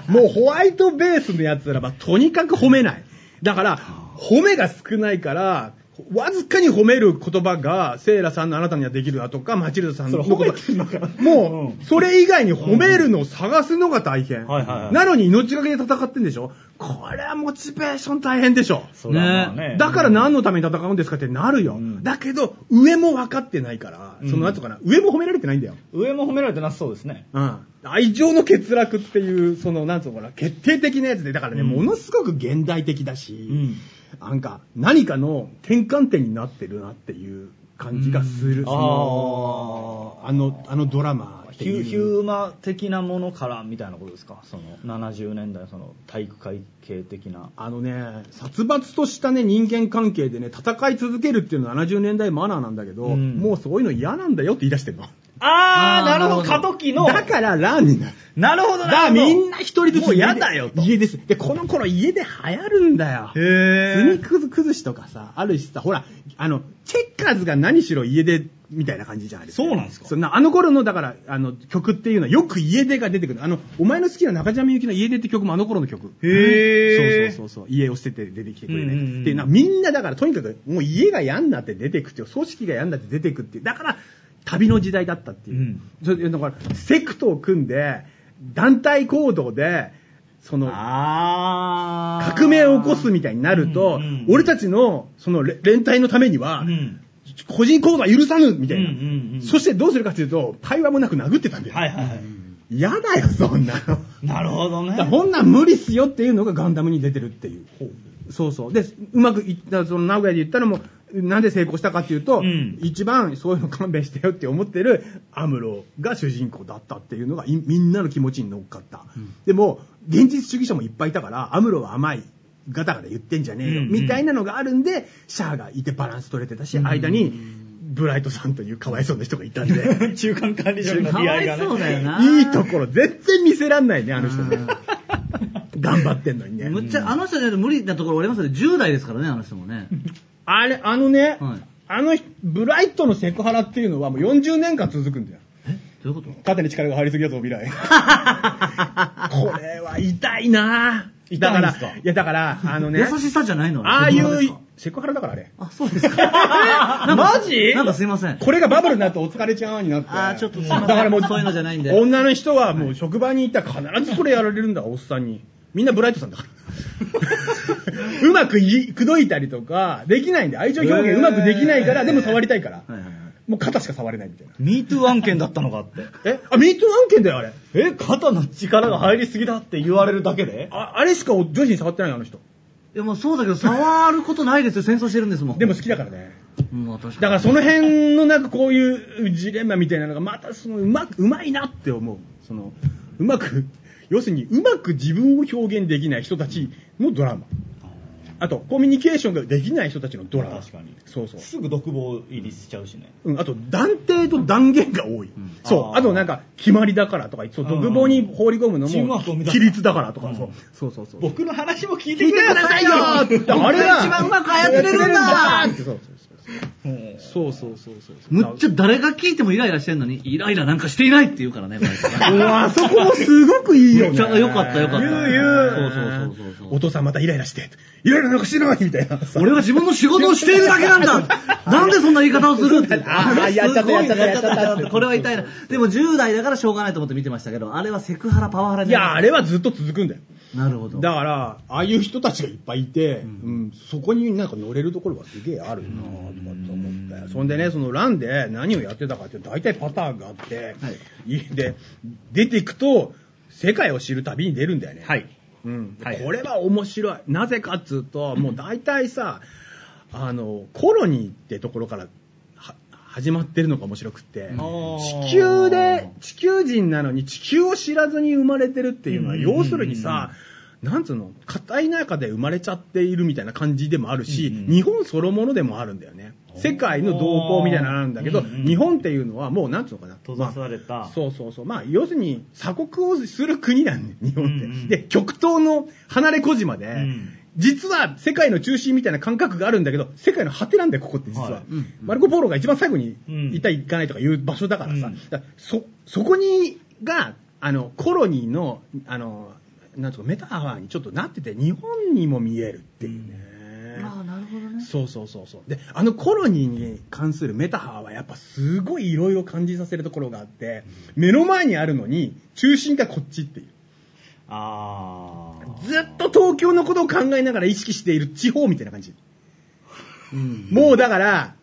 D: もうホワイトベースのやつらばとにかく褒めない。だから、褒めが少ないから、わずかに褒める言葉が、セイラさんのあなたにはできるだとか、マチルダさんのこともう、それ以外に褒めるのを探すのが大変。
B: はいはいはい
D: なのに命がけで戦ってんでしょこれはモチベーション大変でしょ
B: それはまあね
D: だから何のために戦うんですかってなるよ。
B: ん
D: だけど、上も分かってないから、そのなんつうかな、上も褒められてないんだよ。
B: 上も褒められてなさそうですね。
D: うん。愛情の欠落っていう、その、なんつうのかな、決定的なやつで、だからね、ものすごく現代的だし、なんか、何かの転換点になってるなっていう感じがする。そのあの、あのドラマって
B: ヒュ
D: いう。
B: ヒューマ的なものからみたいなことですかその70年代のその体育会系的な。
D: あのね、殺伐としたね、人間関係でね、戦い続けるっていうのは70年代マナーなんだけど、
B: うん
D: もうそういうの嫌なんだよって言い出してるの。
B: あ
C: ーなるほど
B: 過渡期
D: だから、ラーになる。
B: なるほど
D: だからみんな
B: な。
D: 一人ずつ
B: もう嫌だよと
D: 家です。で、この頃家で流行るんだよ。
B: へ
D: 積み崩崩しとかさ、あるしさ、ほら、あの、チェッカーズが何しろ家出みたいな感じじゃないですか。
B: そうなんですか
D: そんな、あの頃の、だから、あの、曲っていうのはよく家出が出てくる。あの、お前の好きな中島みゆきの家出って曲もあの頃の曲。
B: へー
D: そうそうそうそう。家を捨てて出てきてくれな
B: うんうんうん
D: い。で、な、みんなだから、とにかく、もう家が嫌になって出てくっていう、組織が嫌になって出てくっていう。だから、旅の時代だったっていう。
B: うん
D: それでだから、セクトを組んで、団体行動で、その、
B: あー
D: 革命を起こすみたいになると、
B: うんうん
D: 俺たちの、その、れ連帯のためには、
B: うん。
D: 個人行動は許さぬみたいな、
B: うんうんうん
D: そしてどうするかというと、対話もなく殴ってたんだよ。
B: はいはいはい。
D: 嫌だよ、そんなの。
B: なるほどね
D: だ。からこんなん無理っすよっていうのがガンダムに出てるっていう。そうそう。で、うまくいった、その名古屋で言ったのも、なんで成功したかっていうと、
B: うん
D: 一番そういうの勘弁してよって思ってるアムロが主人公だったっていうのが、いみんなの気持ちに乗っかった。でも、現実主義者もいっぱいいたから、アムロは甘い。ガタガタ言ってんじゃねえよ、
B: うんうん
D: みたいなのがあるんで、シャアがいてバランス取れてたし、間に、ブライトさんというかわいそうな人がいたん で、
B: 中間管理職の
C: か
B: 出
C: わ
B: 会いが
C: い
B: ね。
C: そうだよな。
D: いいところ全然見せらんないね、あの人ね。頑張ってんのにね。
C: むっちゃ、あの人じゃないと無理なところありますよね。10代ですからね、あの人もね。
D: あれ、あのね、
C: はい
D: あの人、ブライトのセクハラっていうのはもう40年間続くんだよ。
C: どういうこと
D: 肩に力が入りすぎだぞ、未 来。これは痛いなぁ。だ
B: 痛い
D: か
B: んで
D: ら、
B: すか
D: いやだから、あのね、
C: 優しさじゃないの
D: ああい
C: セクハラです
D: う
C: か、
D: セクハラだからあれ。
C: あ、そうですか。マジなんかすいません。
D: これがバブルになるとお疲れちゃんになって。
C: あーちょっとすいませ
D: だ
C: ん
D: からもう、
C: そういうのじゃないんで
D: 女の人はもう職場に行ったら必ずこれやられるんだ、おっさんに。みんなブライトさんだ から。うまくい、くどいたりとか、できないんで、愛情表現うまくできないから、でも触りたいから。
C: はいはいはい
D: もう肩しか触れないみたいな。
B: MeToo 案件だったのかって。
D: えあ、ミートゥー案件だよ、あれ。
B: え、肩の力が入りすぎだって言われるだけで
D: ああれしか女子に触ってないの、あの人。
C: いや、もうそうだけど、触ることないですよ。戦争してるんですもん。
D: でも好きだからね。
C: うん、まあ確かに。
D: だからその辺のなんかこういうジレンマみたいなのがまたそのうまく、うまいなって思う。その、うまく、要するにうまく自分を表現できない人たちのドラマ。あと、コミュニケーションができない人たちのドラマ。
B: 確かに
D: そうそう。
B: すぐ独房入りしちゃうしね。
D: うん、あと、断定と断言が多い。そう。
B: あー
D: あと、なんか、決まりだからとか、そう、独房に放り込むの
B: チームワ
D: も
B: ークを生み、出す
D: 規律だからとか、そう
B: うん
D: そうそうそう。
B: 僕の話も聞い
D: 聞いてくださいよってあれが
C: 一番うまく操れるんだ
D: ってそうそうそうそうそうそうそう
C: むっちゃ誰が聞いてもイライラしてんのに、イライラなんかしていないって言うからね、毎回
D: うわあそこもすごくいいよ
C: むっ
D: ね
C: ちゃよかったよかった
D: 言う言う
C: そうそうそうそうそう
D: お父さんまたイライラしてイライラなんかしてないみたいな
C: 俺は自分の仕事をしているだけなんだなんでそんな言い方をするって。
D: あーやっちゃったやっちゃったやっちゃった
C: すごいなこれは痛いな。でも10代だからしょうがないと思って見てましたけど、あれはセクハラ、パワハラ
D: い
C: じゃ
D: や
C: な
D: あ
C: い
D: れはずっと続くんだよ
C: なるほど。
D: だからああいう人たちがいっぱいいて、うんそこになんか乗れるところはすげえあるなとかと思ってそんでねそのランで何をやってたかっていうと大体パターンがあって、家で出ていくと世界を知る旅に出るんだよね
B: はい。
D: うん
B: はい
D: これは面白い。なぜかっつうと、もう大体さ、あの、コロニーってところからは始まってるのが面白くって、
B: 地
D: 地球で、地球人なのに地球を知らずに生まれてるっていうのは、
B: うんうんうんうん
D: 要するにさ、なんつうの、硬い中で生まれちゃっているみたいな感じでもあるし、
B: うんうん
D: 日本そのものでもあるんだよね。世界の動向みたいなのあるんだけど、
B: うんうん
D: 日本っていうのはもうなんつうのかな。
B: 閉ざされた、
D: そうそうそう。まあ、要するに、鎖国をする国なんで、日本って。
B: うんうん
D: で、極東の離れ小島で、
B: ん
D: 実は世界の中心みたいな感覚があるんだけど、世界の果てなんだよ、ここって実は。
B: はい
D: マルコ・ポーロが一番最後に
B: うん
D: 行った行かないとかいう場所だからさ。
B: うん
D: だからそ、そこに、が、あの、コロニーの、あの、なんとかメタファーにちょっとなってて、日本にも見えるっていうね。
C: ああ、なるほどね。
D: そうそうそうそう。で、あのコロニーに関するメタハーはやっぱすごいいろいろ感じさせるところがあって、目の前にあるのに中心がこっちっていう。
B: あー
D: ずっと東京のことを考えながら意識している地方みたいな感じ。もうだから、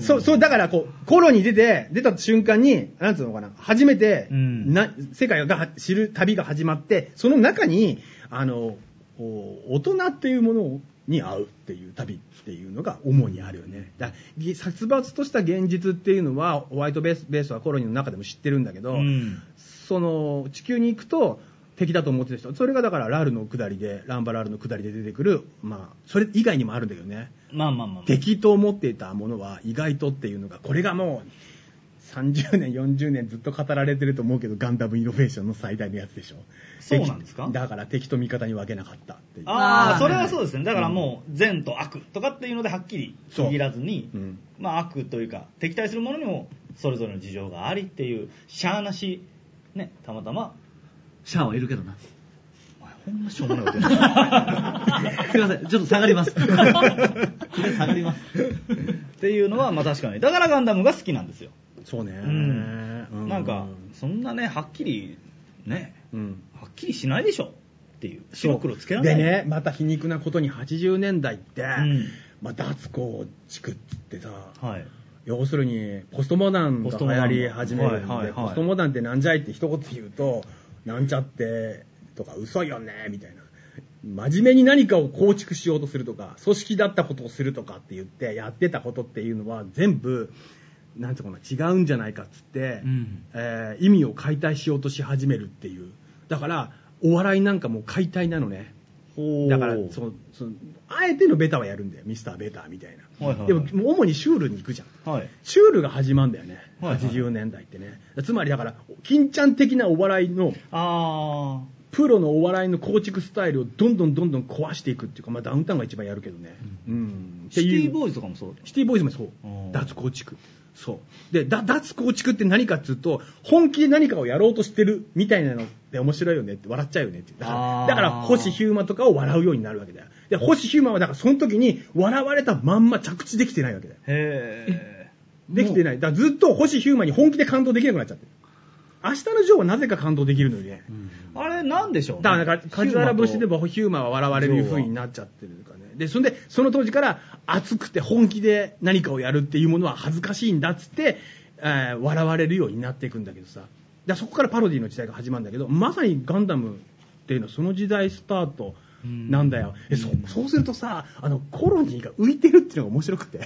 D: そう、そう、だからこう、コロニー出て、出た瞬間に、なんつうのかな、初めて、
B: うん
D: な、世界が知る旅が始まって、その中に、あの、こう大人っていうものに会うっていう旅っていうのが主にあるよね。だぎ殺伐とした現実っていうのは、ホワイトベースベースはコロニーの中でも知ってるんだけど、
B: うん
D: その地球に行くと敵だと思ってる人それがだからラルの下りでランバラルの下りで出てくるまあそれ以外にもあるんだけどね
B: まあまあまあ、まあ、
D: 敵と思っていたものは意外とっていうのがこれがもう30年40年ずっと語られてると思うけどガンダムイノベーションの最大のやつでしょ
B: そうなんですか
D: 敵だから敵と味方に分けなかったっていう
B: ああ、それはそうですね。だからもう、善と悪とかっていうので、はっきり
D: そう
B: 握らずに、
D: うん
B: まあ悪というか、敵対するものにも、それぞれの事情がありっていう、しゃーなし、ね、たまたま、
C: シャアはいるけどな。
B: お前ほんましょうもないことやな
C: すいません、ちょっと下がります。下がります。
B: っていうのは、まあ確かに。だからガンダムが好きなんですよ。
D: そうね、
B: うん
D: う
B: なんか、そんなね、はっきり、ね、
D: うん
B: はっきりしないでしょっていう。白黒つけられ
D: で
B: な
D: ね、
B: い。
D: また皮肉なことに80年代って、
B: ん
D: まあ、脱構築ってさ、
B: はい。
D: 要するにポストモダンが流行り始めるんで、
B: ポストモダンはいはいはい
D: ポストモダンってなんじゃいって一言言うと、なんちゃってとか嘘よね、みたいな。真面目に何かを構築しようとするとか、組織だったことをするとかって言って、やってたことっていうのは全部、なんていうのかな、違うんじゃないかっつって、
B: うん
D: えー意味を解体しようとし始めるっていう。だから、お笑いなんかもう解体なのね。
B: ほ
D: だからそのそのあえてのベタはやるんだよミスターベターみたいな、
B: はいはいはい
D: でももう主にシュールに行くじゃん
B: はい。
D: シュールが始まるんだよね、
B: はいはい
D: 80年代ってねつまりだから金ちゃん的なお笑いの
B: ああ。
D: プロのお笑いの構築スタイルをどんどんどんどん壊していくっていうか、まあ、ダウンタウンが一番やるけどね、うんって
B: シテ
D: いう
B: ィボーイズとかもそう。
D: シティボーイズもそう
B: うん。
D: 脱構築。そう。で、だ脱構築って何かっていうと、本気で何かをやろうとしてるみたいなのって面白いよねって、笑っちゃうよねって。だから
B: あ、ー
D: だから星ヒューマンとかを笑うようになるわけだよ。で、星ヒューマンはだからその時に笑われたまんま着地できてないわけだよ。
B: へえ。
D: できてない。だからずっと星ヒューマンに本気で感動できなくなっちゃってる。明日のジョーはなぜか感動できるのにね。
B: あれ、なんでしょうね
D: だからなんか、梶原節でもヒューマンは笑われる風になっちゃってるとかね。で、そんで、その当時から熱くて本気で何かをやるっていうものは恥ずかしいんだっつって、えー笑われるようになっていくんだけどさ。で、そこからパロディの時代が始まるんだけど、まさにガンダムっていうのはその時代スタートなんだよ。えそそうするとさ、あの、コロニーが浮いてるっていうのが面白くて。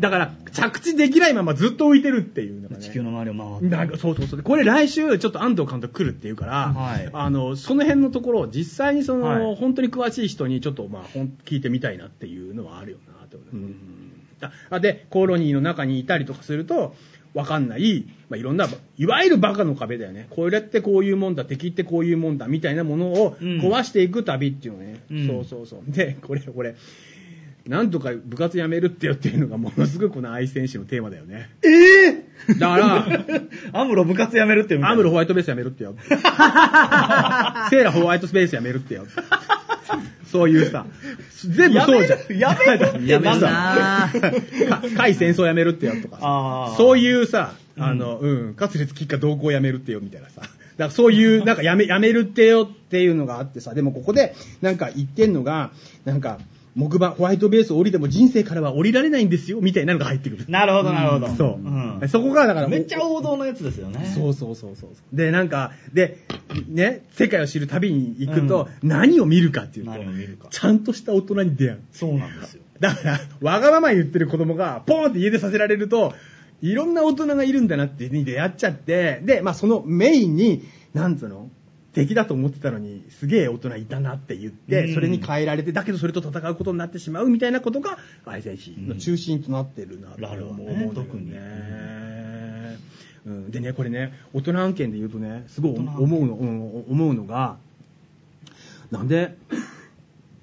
D: だから、着地できないままずっと浮いてるっていうのがね。
B: 地球の周りを回って。
D: なんかそうそうそう。でこれ来週、ちょっと安藤監督来るっていうから、
B: はい
D: あの、その辺のところを実際にその、
B: はい
D: 本当に詳しい人にちょっと、まあ、ほん聞いてみたいなっていうのはあるよな、と。ああで、コロニーの中にいたりとかすると、わかんない、まあ、いろんな、いわゆるバカの壁だよね。これってこういうもんだ、敵ってこういうもんだ、みたいなものを
B: うん
D: 壊していく旅っていうのね。
B: うん
D: そうそうそう。で、これ、これ。なんとか部活やめるってよっていうのがものすごくこの愛選手のテーマだよね。ええだから、
B: アムロ部活やめるってみたいな
D: アムロホワイトベースやめるってよ。セーラホワイトベースやめるってよ。そういうさ、全部そうじゃん。やめる
C: やめるな
D: 海戦争やめるってよとか
B: あ
D: さ
B: ー
D: そういうさ、あの、うん、滑裂喫下同行やめるってよみたいなさ。だからそういう、なんかやめ、やめるってよっていうのがあってさ、でもここでなんか言ってんのが、なんか、木馬、ホワイトベースを降りても人生からは降りられないんですよ、みたいなのが入ってくる。
B: なるほど、なるほど。
D: そ
B: ん
D: う。そこが、だから、
B: めっちゃ王道のやつですよね。
D: そうそうそうそう。で、なんか、で、ね、世界を知る旅に行くと、何を見るかっていうと
B: 何を見るか、
D: ちゃんとした大人に出会う。
B: そうなんですよ。
D: だから、わがまま言ってる子供が、ポーンって家出させられると、いろんな大人がいるんだなっていう風に出会っちゃって、で、まあそのメインに、なんつうの敵だと思ってたのに、すげえ大人いたなって言っ
B: う
D: て、
B: ん
D: それに変えられて、だけどそれと戦うことになってしまうみたいなことが、愛妻市の中心となってるなって
B: なる
D: 思
B: ほ
D: う
B: ど
D: ん
B: ね
D: だよね。
B: 特に
D: うん、でね、これね、大人案件で言うとね、すごい
B: 大人案件
D: 思うの、うん思うのが、なんで、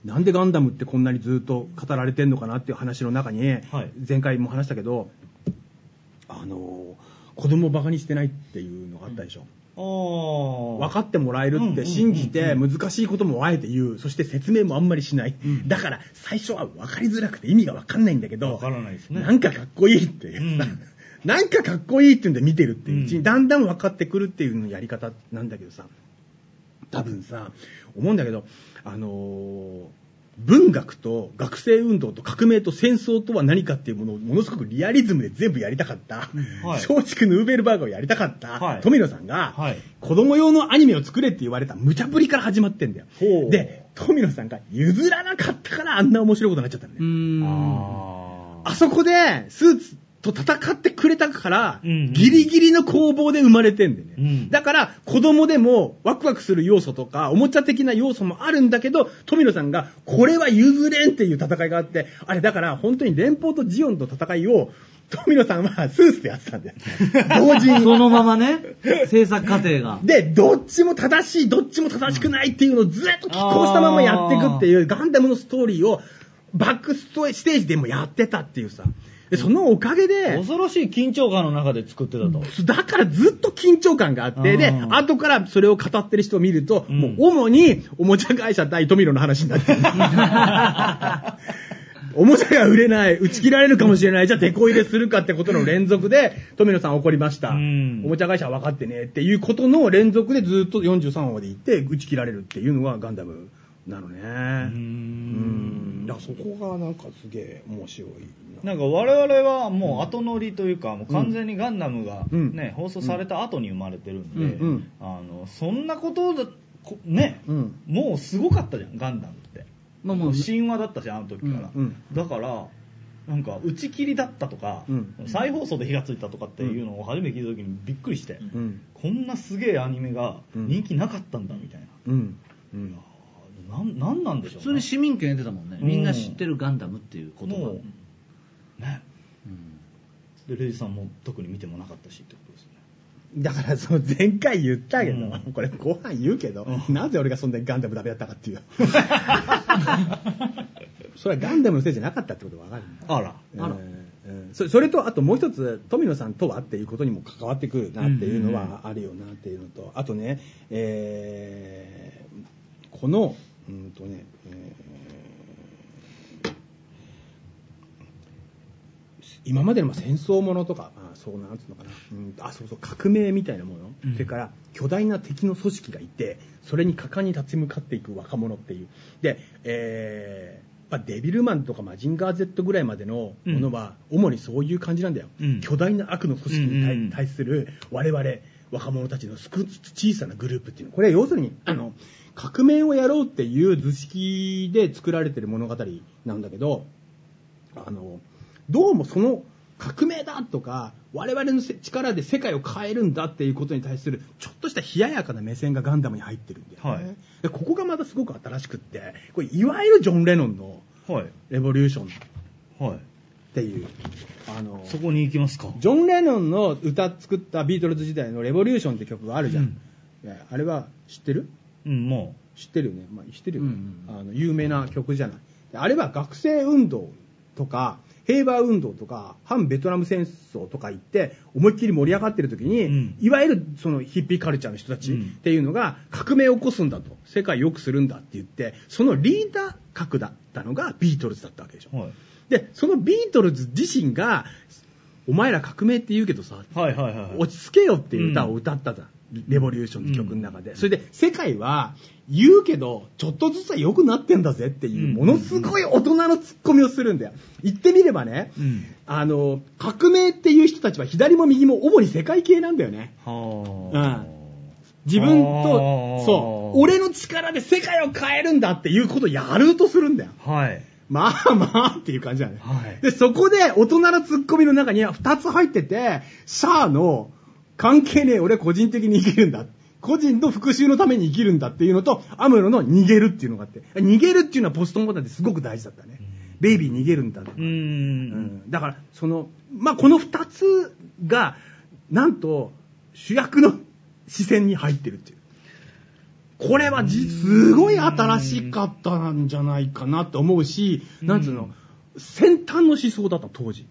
D: なんでガンダムってこんなにずっと語られてんのかなっていう話の中に、
B: はい
D: 前回も話したけど、あのー、子供をバカにしてないっていうのがあったでしょ。
B: お
D: 分かってもらえる
B: うんうんうん
D: っ
B: うん
D: て信じて難しいこともあえて言うそして説明もあんまりしない、だから最初は分かりづらくて意味が分かんないんだけど
B: 分からないですね
D: なんかかっこいいっていうさ、
B: うん
D: なんかかっこいいっていうんで見てるっていううち
B: うん
D: にだんだん分かってくるっていうのやり方なんだけどさ多分さ思うんだけどあのー文学と学生運動と革命と戦争とは何かっていうものをものすごくリアリズムで全部やりたかった、
B: はい
D: 松竹ヌーベルバーガーをやりたかった、
B: はい
D: 富野さんが、
B: はい
D: 子供用のアニメを作れって言われた無茶ぶりから始まってんだよ
B: ほう。
D: で、富野さんが譲らなかったからあんな面白いことになっちゃったんだ
C: う
D: よ。
C: ん。
B: あ
D: あそこでスーツと戦ってくれたから、
B: うんうん
D: ギリギリの攻防で生まれてんだよね。
B: うん
D: だから子供でもワクワクする要素とかおもちゃ的な要素もあるんだけど、富野さんがこれは譲れんっていう戦いがあって、あれだから本当に連邦とジオンと戦いを富野さんはスーツでやってた んだよ。同時に。
C: そのままね、制作過程が。
D: で、どっちも正しい、どっちも正しくないっていうのをずっと拮抗したままやっていくっていう、ガンダムのストーリーをバックステージでもやってたっていうさ。でそのおかげ
B: ー
D: で、
B: 恐ろしい緊張感の中で作ってたと。
D: だからずっと緊張感があって、で、
B: あー
D: 後からそれを語ってる人を見ると、
B: うん
D: もう主におもちゃ会社対富野の話にな ってる。おもちゃが売れない、打ち切られるかもしれない、じゃあデコ入れするかってことの連続で、富野さん怒りました。
B: うん
D: おもちゃ会社は分かってねえっていうことの連続でずっと43話まで行って、打ち切られるっていうのがガンダムなのね。うん。だからそこがなんかすげえ面白いな。
B: なんか我々はもう後乗りというか、もう完全にガンダムが、
D: うん
B: ね放送された後に生まれてるんで、
D: うんうん
B: あのそんなことだこね、
D: うん
B: もうすごかったじゃんガンダムって
C: まあもう、
B: 神話だったしあの時から、
D: うんうん
B: だからなんか打ち切りだったとか、
D: うん
B: 再放送で火がついたとかっていうのを初めて聞いた時にびっくりして、
D: うん。
B: こんなすげえアニメが
D: うん
B: 人気なかったんだみたいな、
D: うん。うん。
B: なんなんなんでしょ
C: 普
B: う、ね、
C: 通に市民権得てたもんね。みんな知ってるガンダムっていう言葉。
B: もうね
C: うん
B: でレイジさんも特に見てもなかったしってことですよね
D: だからその前回言ったけど、
B: うん
D: これ後半言うけど、なぜ俺がそんなにガンダムダメだったかっていう。それはガンダムのせいじゃなかったってことがわかるんだ。
B: あら
C: あら
D: うんうんそそれとあともう一つ富野さんとはっていうことにも関わってくるなっていうのはあるよなっていうのと、あとね、えーこのうんとね、えー今までのまあ戦争ものとか、まあ、そうなんつうのかな、うん、あそうそう革命みたいなもの、それから巨大な敵の組織がいてそれに果敢に立ち向かっていく若者っていうで、えーやっぱデビルマンとかマジンガー Z ぐらいまでのものは主にそういう感じなんだよ、
B: うん
D: 巨大な悪の組織に対,、
B: うんうんうん
D: 対する我々若者たちの少小さなグループっていうのこれは要するにあの革命をやろうっていう図式で作られてる物語なんだけどあの、どうもその革命だとか、我々のせ力で世界を変えるんだっていうことに対する、ちょっとした冷ややかな目線がガンダムに入ってるんだよね。
B: はい
D: でここがまたすごく新しくって、これいわゆるジョン・レノンの
B: はい
D: レボリューションっ
B: はい
D: ていう、あの、
B: そこに行きますか
D: ジョン・レノンの歌作ったビートルズ時代のレボリューションって曲があるじゃん。
B: うん
D: いやあれは知ってる
B: うんも
D: 知ってるよね、まあ、知ってるよ、ね
C: うん
D: あの有名な曲じゃないであれは学生運動とか平和運動とか反ベトナム戦争とか言って思いっきり盛り上がってる時に、
B: うん
D: いわゆるそのヒッピーカルチャーの人たち
B: うん
D: っていうのが革命を起こすんだと世界を良くするんだって言ってそのリーダー格だったのがビートルズだったわけでしょ、
B: う、はい、
D: でそのビートルズ自身がお前ら革命って言うけどさ
B: はいはいはいはい
D: 落ち着けよっていう歌を歌ったじゃん。
J: レボリューションの曲の中で。それで、
D: 世界は言うけど、ちょっとずつは良くなってんだぜっていう、ものすごい大人のツッコミをするんだよ。言ってみればね、あの、革命っていう人たちは左も右も主に世界系なんだよね。
B: は
D: 自分
B: あ
D: と
B: ー、
D: そう、俺の力で世界を変えるんだっていうことをやろうとするんだよ。
B: あ。はい。
D: まあまあっていう感じだね。
B: はい
D: で、そこで大人のツッコミの中には2つ入ってて、シャアの関係ねえ俺個人的に生きるんだ。個人の復讐のために生きるんだっていうのと、アムロの逃げるっていうのがあって。逃げるっていうのはポストモダンですごく大事だったね。ベイビー逃げるんだとか
B: うー。
D: うんんだから、その、まあ、この2つが、なんと、主役の視線に入ってるっていう。これはじ、すごい新しかったんじゃないかなと思うし、なんつうの、先端の思想だった、当時。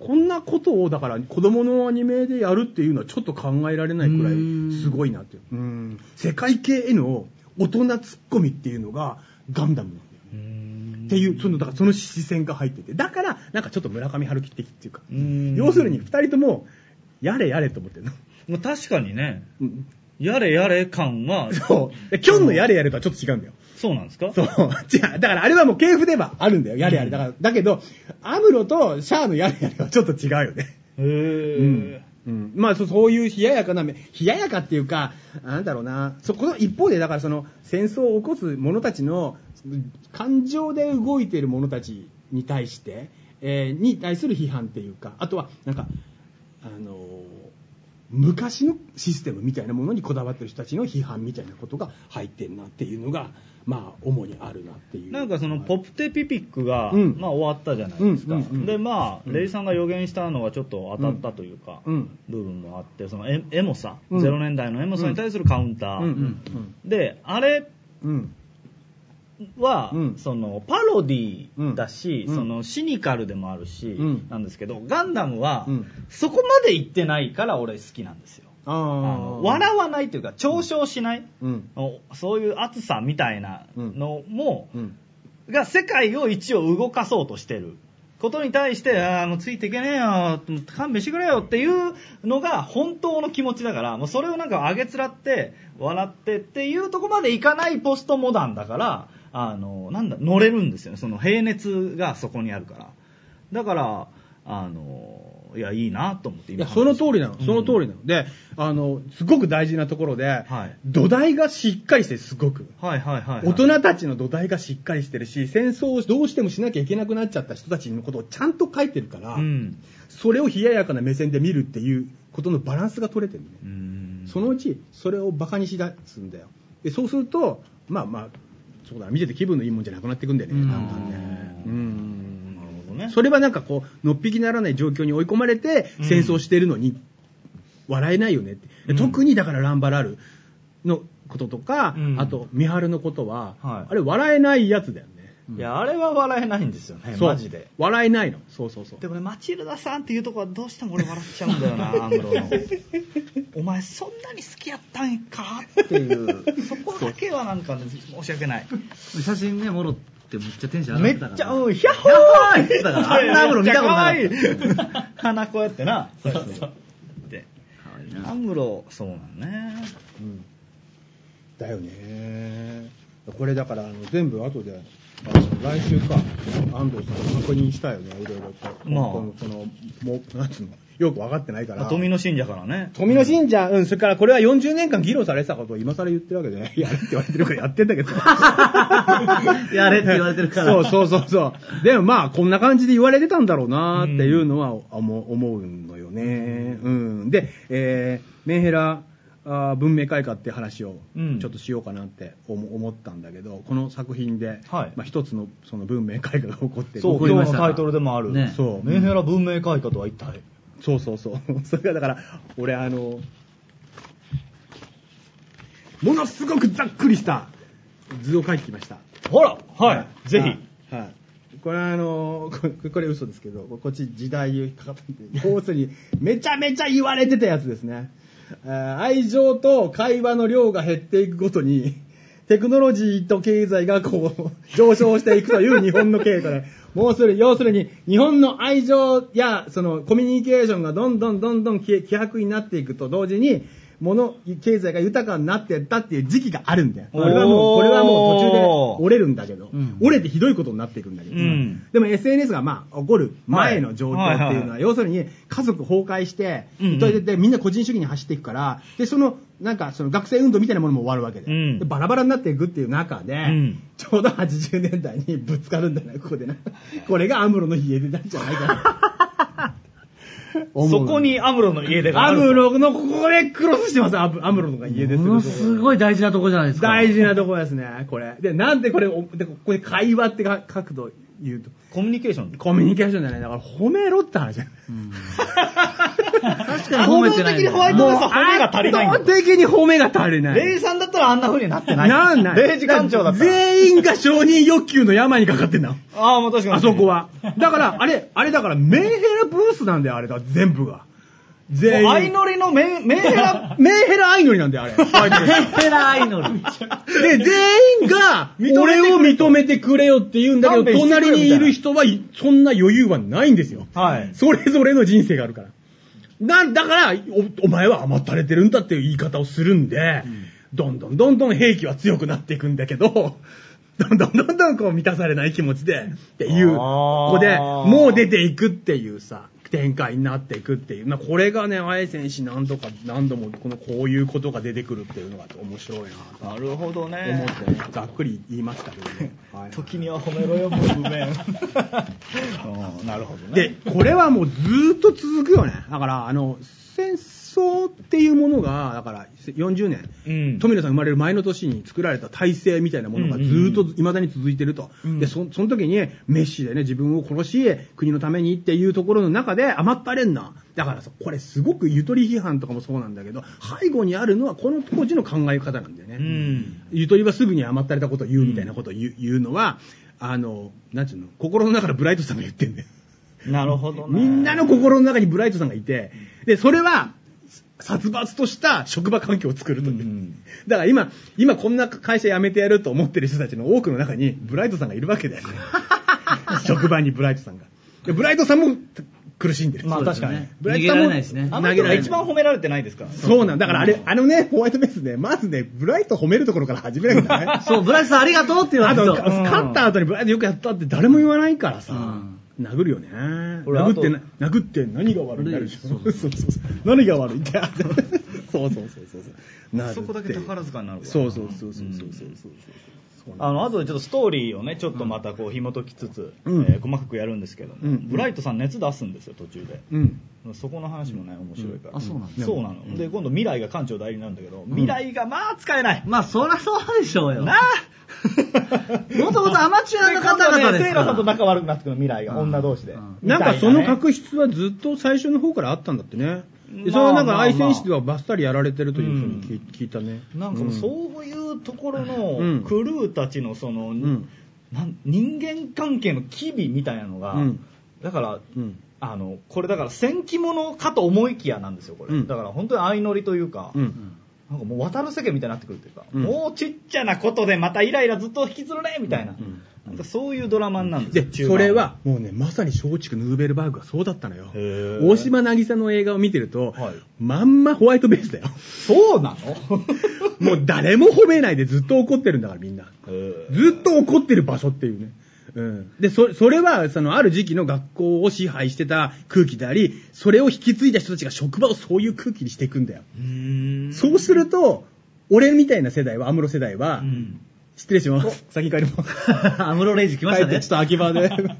D: こんなことを、だから、子供のアニメでやるっていうのはちょっと考えられないくらい、すごいなっていう。うん世界系への大人突っ込みっていうのが、ガンダムなんだよね。っていう、その、だからその視線が入ってて。だから、なんかちょっと村上春樹的っていうか。
B: うん
D: 要するに、二人とも、やれやれと思ってるの。
B: まあ確かにね、やれやれ感 は、
D: そう。でキョンのやれやれとはちょっと違うんだよ。
B: そうなんですか
D: そう。違う。だからあれはもう系譜ではあるんだよ。やれやれ。だから、だけど、アムロとシャアのやれやれはちょっと違うよね。
B: へー
D: うん、まあそそういう冷ややかな目、冷ややかっていうか、なんだろうな、そこの一方で、だからその戦争を起こす者たちのうん感情で動いている者たちに対して、えーに対する批判っていうか、あとはなんか、あのー昔のシステムみたいなものにこだわってる人たちの批判みたいなことが入ってんなっていうのが、まあ主にあるなっていう。
B: なんかそのポップテピピックが、
D: うん
B: まあ終わったじゃないですか、
D: うんうんうん
B: でまあ、レイさんが予言したのがちょっと当たったというか、
D: うん
B: 部分もあってそのエエモさ、
D: うん
B: 0年代のエモさに対するカウンター、
D: うんうん
B: であれ
D: うん。うん。
B: は、
D: うん
B: そのパロディだし、
D: うん
B: そのシニカルでもあるし、
D: うん
B: なんですけどガンダムは、
D: うん
B: そこまで行ってないから俺好きなんですよ
D: あ
B: あ
D: あ
B: の。笑わないというか嘲笑しない、
D: うん。
B: おそういう熱さみたいなのも、
D: うん。
B: が世界を一応動かそうとしてることに対して、ああ、もうついていけねえよ、もう勘弁してくれよっていうのが本当の気持ちだから、もうそれをなんか上げつらって、笑ってっていうとこまでいかないポストモダンだから、あの、なんだ、乗れるんですよね。その平熱がそこにあるから。だから、あの、いや、いいなと思って
J: いや、その通りなの、
B: うん
J: その通りなの。で、あの、すごく大事なところで、
B: はい
J: 土台がしっかりして、すごく。
B: はいはいはい、はい。
J: 大人たちの土台がしっかりしてるし、戦争をどうしてもしなきゃいけなくなっちゃった人たちのことをちゃんと書いてるから、
B: うん。
J: それを冷ややかな目線で見るっていうことのバランスが取れてるね。
B: うん
J: そのうち、それをバカにしだすんだよ。で、そうすると、まあまあ、そうだ、見てて気分のいいもんじゃなくなってくんだよね、だんだんね。うん。
B: なるほどね。
J: それはなんかこう、のっぴきならない状況に追い込まれて、戦争してるのに、笑えないよねって。
B: うん
J: 特にだからランバラルのこととか、
B: うん
J: あと、ミハルのことは、
B: はい
J: あれ笑えないやつだよね。
B: いや、あれは笑えないんですよね、
J: そう
B: マジで。。
J: 笑えないの。そうそうそう。
B: でもね、マチルダさんっていうとこはどうしても俺笑っちゃうんだよな、アムロの。お前そんなに好きやったんかっていう、そこだけはなんかね、申し訳ない。
C: 写真ね、もろってめっちゃテンション
B: め
C: 上
B: っ
C: がってた
B: ちゃ、
C: から。
B: うん、ヒャッホーって
C: だからあんなアムロ見たことなかった
B: めっちゃ可愛い鼻こうやってな。そうそう。で、
C: かわいいな
B: アムロ、そうなんね。
D: だよね。これだから、あの、全部後で、あの来週か、安藤さんと確認したよね、いろいろと。
B: まあ
D: この、その、もう、なんつうの、よく分かってないから。
B: 富の信者からね。
D: 富野信者、うん、それからこれは40年間議論されてたことを今更言ってるわけで、やれって言われてるからやってんだけど。
C: やれって言われてるから。
D: そうそうそうそう。でもまあ、こんな感じで言われてたんだろうなっていうのは思う思うのよね。うん。で、えーメンヘラあー文明開化って話を
B: うん
D: ちょっとしようかなって思思ったんだけど、この作品で、
B: はい
D: まあ一つのその文明開化が起こってる。
B: そう、
C: 怒り
B: 今
C: ま
B: 日
C: し
B: の
C: た
B: タイトルでもある。
C: ね
D: そう
B: メンヘラ文明開化とは一体。
D: そうそう そう。それがだから、俺あの、ものすごくざっくりした図を書いてきました。
B: ほらはい、ぜひ。。
D: はい。はいこれはあのーここれ 嘘ですけど、こっち時代をかかってて、要するにめちゃめちゃ言われてたやつですね。えー愛情と会話の量が減っていくごとに、テクノロジーと経済がこう、 上昇していくという日本の経済。もうする、要するに、日本の愛情や、その、コミュニケーションがどんどんどんどん希希薄になっていくと同時に、もの、経済が豊かになってったっていう時期があるんだよ。これはもう、これはもう途中で折れるんだけど、折れてひどいことになっていくんだけど、
B: うん
D: でも SNS がまあ、起こる前の状況っていうの
B: は
D: は、要するに家族崩壊して、
B: うんうん
D: それでみんな個人主義に走っていくから、で、その、なんかその学生運動みたいなものも終わるわけで、
B: うん
D: でバラバラになっていくっていう中で、
B: ん
D: ちょうど80年代にぶつかるんだな、ここで な。これがアムロの家出なんじゃないかな。
B: そこにアムロの家出が あ
D: ア
B: る。
D: ムロの、ここでクロスしてます、アムアムロの家出す
C: も
D: る
C: の
D: とこ
C: すごい大事なとこじゃないですか。
D: 大事なところですね、これ。で、なんでこれを、でここで会話ってか角度言うと、
B: コミュニケーション。
D: コミュニケーションじゃない、だから褒めろって話じゃない。
C: 確かに褒めてないんだよな。
B: トさん褒めが足りないんだ
D: 圧倒的に褒めが足りない。
B: レイさんだったらあんな風になってない。
D: なんない。
B: レイジ館長だったら。
D: 全員が承認欲求の病にかかってん だ。
B: ああ、もう確かに。
D: あそこ。は。だから、あれ、あれだから、メンヘラブースなんだよ、あれが、全部が。全員。
B: 相乗りのメン、メンヘラ、
D: メンヘラアイノリなん だよ、あれ。
C: ペラアイノル。
D: で、全員が、俺を認めてくれよって言うんだけ
B: 勘弁
D: ど、
B: してくれよ
D: 隣にいる人は、いそんな余裕はないんですよ。
B: はい。
D: それぞれの人生があるから。なんだからお、お前は甘ったれてるんだっていう言い方をするんで、どんどんどんどん兵器は強くなっていくんだけど、 どんどんどんどんこう満たされない気持ちで、っていう、
B: あー
D: ここで、もう出ていくっていうさ、展開になっていくっていう。まあ、これがね、あえ選手何度か何度も、この、こういうことが出てくるっていうのが面白いなと
B: なるほど
D: 思
B: ね。
D: ってね、ざっくり言いましたけど ね。はい
B: 時には褒めろよ、もう不便。うん なるほどね。
D: で、これはもうずーっと続くよね。だから、あの、戦争っていうものが、だから40年、
B: うん
D: 富野さん生まれる前の年に作られた体制みたいなものがずーっと未だに続いてると。で、そその時にメッシでね、自分を殺し、国のためにっていうところの中で甘ったれんな。だからさ、これすごくゆとり批判とかもそうなんだけど、背後にあるのはこの当時の考え方なんだよね。
B: うん。
D: ゆとりはすぐに甘ったれたことを言うみたいなことを言う,、言うのは、あの、なんていうの、心の中のブライトさんが言ってんだよ。
B: なるほどね。
D: みんなの心の中にブライトさんがいて、で、それは、殺伐とした職場環境を作るという。
B: うん
D: だから今、今こんな会社辞めてやると思ってる人たちの多くの中に、ブライトさんがいるわけだよ ね。職場にブライトさんが。で、ブライトさんも苦しんでる。
B: まあ確かに。
D: ブ
C: 逃
D: ライ
C: げ
D: ト
C: ら
D: さん
C: れ
D: も
C: ないですね。
B: あの人が一番褒められてないですから。
D: そうなんだ。からあれ、あのね、ホワイトベースね、まずね、ブライト褒めるところから始めなきゃいけない。
C: そう、ブライスさんありがとうって言わ
D: あ
C: れた
D: と、
C: 人。
D: 勝った後にブライトよくやったって誰も言わないからさ、殴るよね。
B: 俺
D: 殴ってな、殴って何が悪いになるでしょ。そうそうそう。何が悪い って。そうそうそうそうそう。なるって
B: そこだけ宝塚になるから
D: そうそうそうそうそうそうそう。
B: あの、後でちょっとストーリーをね、ちょっとまたこう紐解きつつ、
D: うん
B: えー細かくやるんですけども、
D: うん
B: ブライトさん熱出すんですよ、途中で。
D: うん。
B: そこの話もね、面白いから。
C: あそうなんだ
B: そうなの。で、今度未来が館長代理になるんだけど、未来がまあ使えない。
C: まあ、そりゃそうでしょうよ。
B: なあ
C: もともとアマチュアの方々です
B: セイ
C: か
B: ラさんと
C: ら。
B: 仲悪くなってくる未来が、
C: うん
B: 女同士で。
D: なんかその
B: 格
D: 確執はずっと最初の方からあったんだってね。でそれ
B: まあ
D: はなんか
B: まあ
D: 愛選手ではバッサリやられてるというふうに聞い聞いたね。
B: なんかもう
D: う
B: そういうところ
D: う
B: の
D: ん
B: クルーたちのその、
D: ん
B: なん人間関係の機微みたいなのが、
D: うん
B: だから、
D: うん
B: あのこれだから戦記物かと思いきやなんですよこれ、
D: うん
B: だから本当に相乗りというか、
D: うん。
B: なんかもう渡る世間みたいになってくるというか、
D: うん
B: もうちっちゃなことでまたイライラずっと引きずるねみたいな,、なんかそういうドラマなんですよ
D: で、
B: 中
D: そ
B: 盤
D: れはもうね、まさに松竹ヌーベルバーグがそうだったのよ
B: へ。ー
D: 大島渚の映画を見てると、
B: はい
D: まんまホワイトベースだよ。
B: そうなの
D: もう誰も褒めないでずっと怒ってるんだからみんな。
B: へー
D: ずっと怒ってる場所っていうね。うん、でそそれはそのある時期の学校を支配してた空気でありそれを引き継いだ人たちが職場をそういう空気にしていくんだよ、
B: うーん
D: そうすると俺みたいな世代は安室世代は、
B: うん
D: 失礼します先帰ります
C: アムロレイジ来まし
D: 帰
C: た
D: って
C: ね
D: ちょっ。と秋葉 であの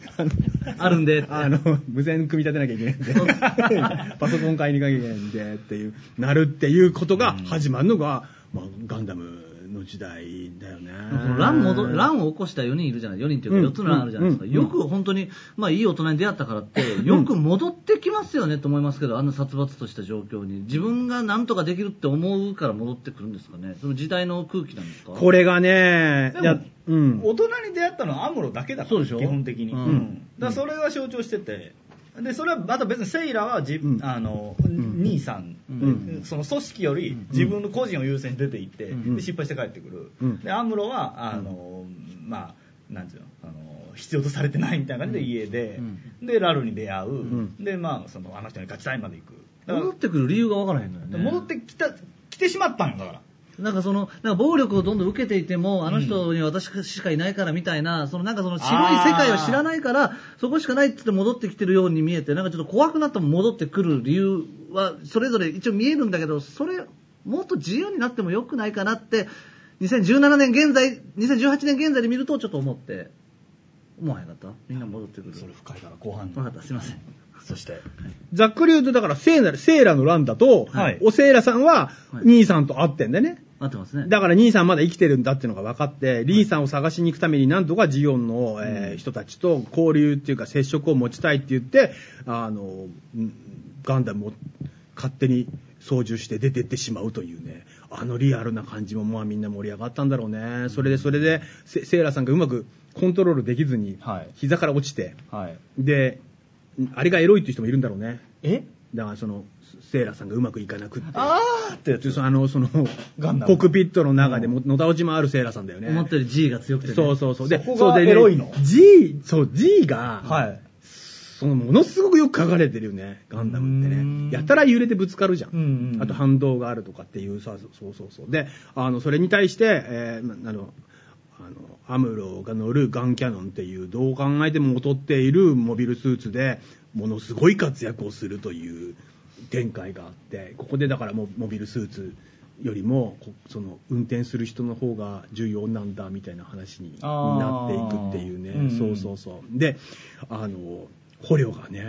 C: あるんで。
D: あの、無線組み立てなきゃいけない んで、パソコン買いに行かなきゃいけないんで、っていう、なるっていうことが始まるのが、まあ、ガンダムの時代だよね。
C: その乱戻乱を起こした4人いるじゃない、4人という
D: うん
C: か4つの乱あるじゃないですか、
D: うん
C: よく本当に、まあ、いい大人に出会ったからって、よく戻ってきますよねと思いますけど、あんな殺伐とした状況に、自分がなんとかできるって思うから戻ってくるんですかね、その時代の空気なんですか、
D: これがね、
B: でも
D: いやうん。
B: 大人に出会ったのはアムロだけだから
C: そうでしょ
B: 基本的に、
C: うん
B: だからそれは象徴しててでそれはまた別にセイラはじ、
D: うん
B: あの、
D: ん
B: 兄さん、
D: ん
B: その組織より自分の個人を優先に出ていって、
D: ん
B: で失敗して帰ってくる、
D: うん
B: でアムロはあの、まあなんていうのあの必要とされてないみたいな感じで家で、でラルに出会う、
D: ん
B: でまあそのあの人に勝ちたいまで行くだから
C: 戻ってくる理由がわからへんのよね。
B: 戻ってきた来てしまったんよ、だから。
C: なんかその、なんか暴力をどんどん受けていても、あの人に私しかいないからみたいな、そのなんかその白い世界を知らないから、そこしかないって言って戻ってきてるように見えて、なんかちょっと怖くなっても戻ってくる理由は、それぞれ一応見えるんだけど、それ、もっと自由になっても良くないかなって、2017年現在、2018年現在で見るとちょっと思って、思わへんかったみんな戻ってくる。
B: それ深いから後半に
C: わかった、すいません。
B: そして、
D: ざっくり言うと、だから、聖なる、セーラの乱だと、
B: はい
D: おセーラさんは、
C: はい
D: 兄さんと会ってんだよね。
C: 合ってますね。
D: だから兄さんまだ生きてるんだっていうのが分かって、リンさんを探しに行くためになんとかジオンの、えー人たちと交流っていうか接触を持ちたいって言って、あの、んガンダムを勝手に操縦して出てってしまうというね、あのリアルな感じもまあみんな盛り上がったんだろうね。それでそれで、セセーラさんがうまくコントロールできずに
B: はい、
D: 膝から落ちて、
B: はい。
D: で、んあれがエロいっていう人もいるんだろうね。
B: え
D: だからその、セーラさんがうまくいかなくって。
B: あーってや
D: ちょ
B: つ。
D: そのあの、その、
B: ガンダム
D: コックピットの中でも、野田落ちもあるセーラさんだよね。
C: 思ったより G が強くて、ね。
D: そうそうそう。で、
B: そこが
D: そうでね
B: エロいの
D: ?G、そう、G が、
B: はい。
D: その、ものすごくよく書かれてるよね、ガンダムって
B: うーん
D: ね。やたら揺れてぶつかるじゃん。
B: うんうんうん
D: あと反動があるとかっていうさ、そうそうそうそう。で、あの、それに対して、えーなあの、あの、アムロが乗るガンキャノンっていう、どう考えても劣っているモビルスーツで、ものすごい活躍をするという展開があって、ここでだからモモビルスーツよりも、こその、運転する人の方が重要なんだ、みたいな話になっていくっていうね。
B: あーうん
D: そうそうそう。で、あの、捕虜がね、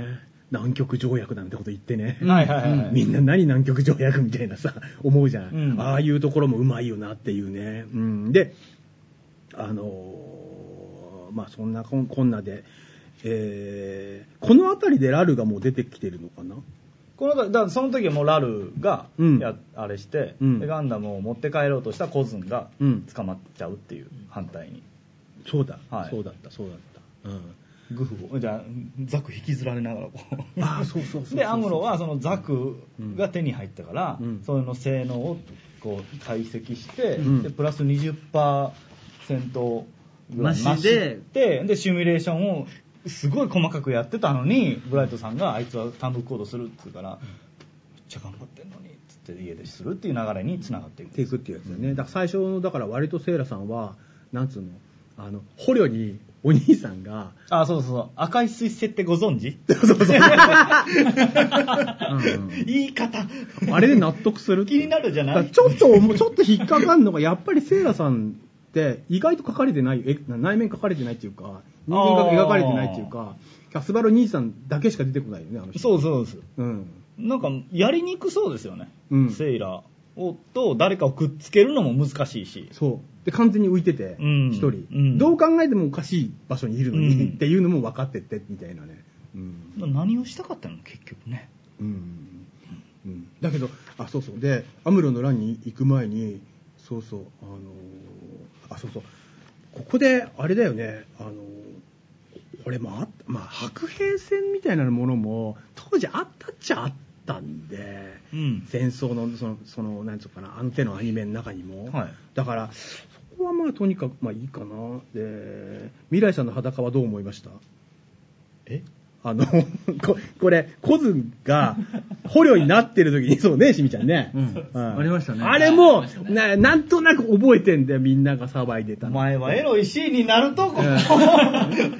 D: 南極条約なんてこと言ってね。
B: はいはいはい。
D: みんな何南極条約みたいなさ、思うじゃん。
B: うん
D: ああいうところもうまいよなっていうね。うん、で、あのーまあそんなこんこんなで、えー、この辺りでラルがもう出てきてるのかな
B: このだからその時はもうラルが
D: うん
B: や、あれして、
D: うん
B: でガンダムを持って帰ろうとしたコズンが
D: うん
B: 捕まっちゃうっていう反対に
D: そうだ、
B: はい
D: そうだった、そうだった。うん。
B: グフをじゃあザク引きずられながらこう
D: ああ、そうそうそうそう
B: でアムロはそのザクが手に入ったから、
D: うん
B: それの性能をこう解析して、
D: うん
B: でプラス20%戦闘ぐらい
C: マシで
B: ででシミュレーションをすごい細かくやってたのにブライトさんがあいつは単独行動するっつうから、めっちゃ頑張ってんのにっつって家出しするっていう流れにつながっていくん
D: って
B: で
D: いく
B: す
D: っていうやつだよね。だから最初の、だから割とセイラさんは、なんつうの、あの、捕虜にお兄さんが、
B: あそうそうそう赤い彗星ってご存 知言い方
D: あれで納得するっていう
B: 気になるじゃ
D: だ
B: な
D: から
B: い
D: ちょっと思う、ちょっと引っかかるのが、やっぱりセイラさんって意外と書かれてない、え内面書かれてないっていうか、人間が描かれてないっていうか、キャスバル兄さんだけしか出てこないよね、あの人。
B: そうそうです
D: う。うん。
B: なんかやりにくそうですよね、
D: うん
B: セイラーをと誰かをくっつけるのも難しいし
D: そう。で、完全に浮いてて、一、
B: うん
D: 人、
B: うん
D: どう考えてもおかしい場所にいるのに、
B: うん
D: っていうのも分かってて、みたいなね。うん。
B: 何をしたかったの結局ね
D: うん。うん、だけど、あ、そうそう。で、アムロの乱に行く前に、そうそう、あのーあ、そうそう。ここで、あれだよね、あのーこれもあった、まあ、白兵戦みたいなものも、当時あったっちゃあったんで、
B: うん
D: 戦争の、その、その、なんつうのかな、あの手のアニメの中にも。
B: はい
D: だから、そこはまあ、とにかく、まあいいかな。で、未来さんの裸はどう思いました
B: え
D: あの、 ここれ、コズが捕虜になってる時に、 そうね、しみちゃんね。
C: うん
D: うん
C: ありましたね
D: あれも、ななんとなく覚えてんだよ、みんなが騒いでた
B: お
D: の
B: 前はエロいシーンになると こ、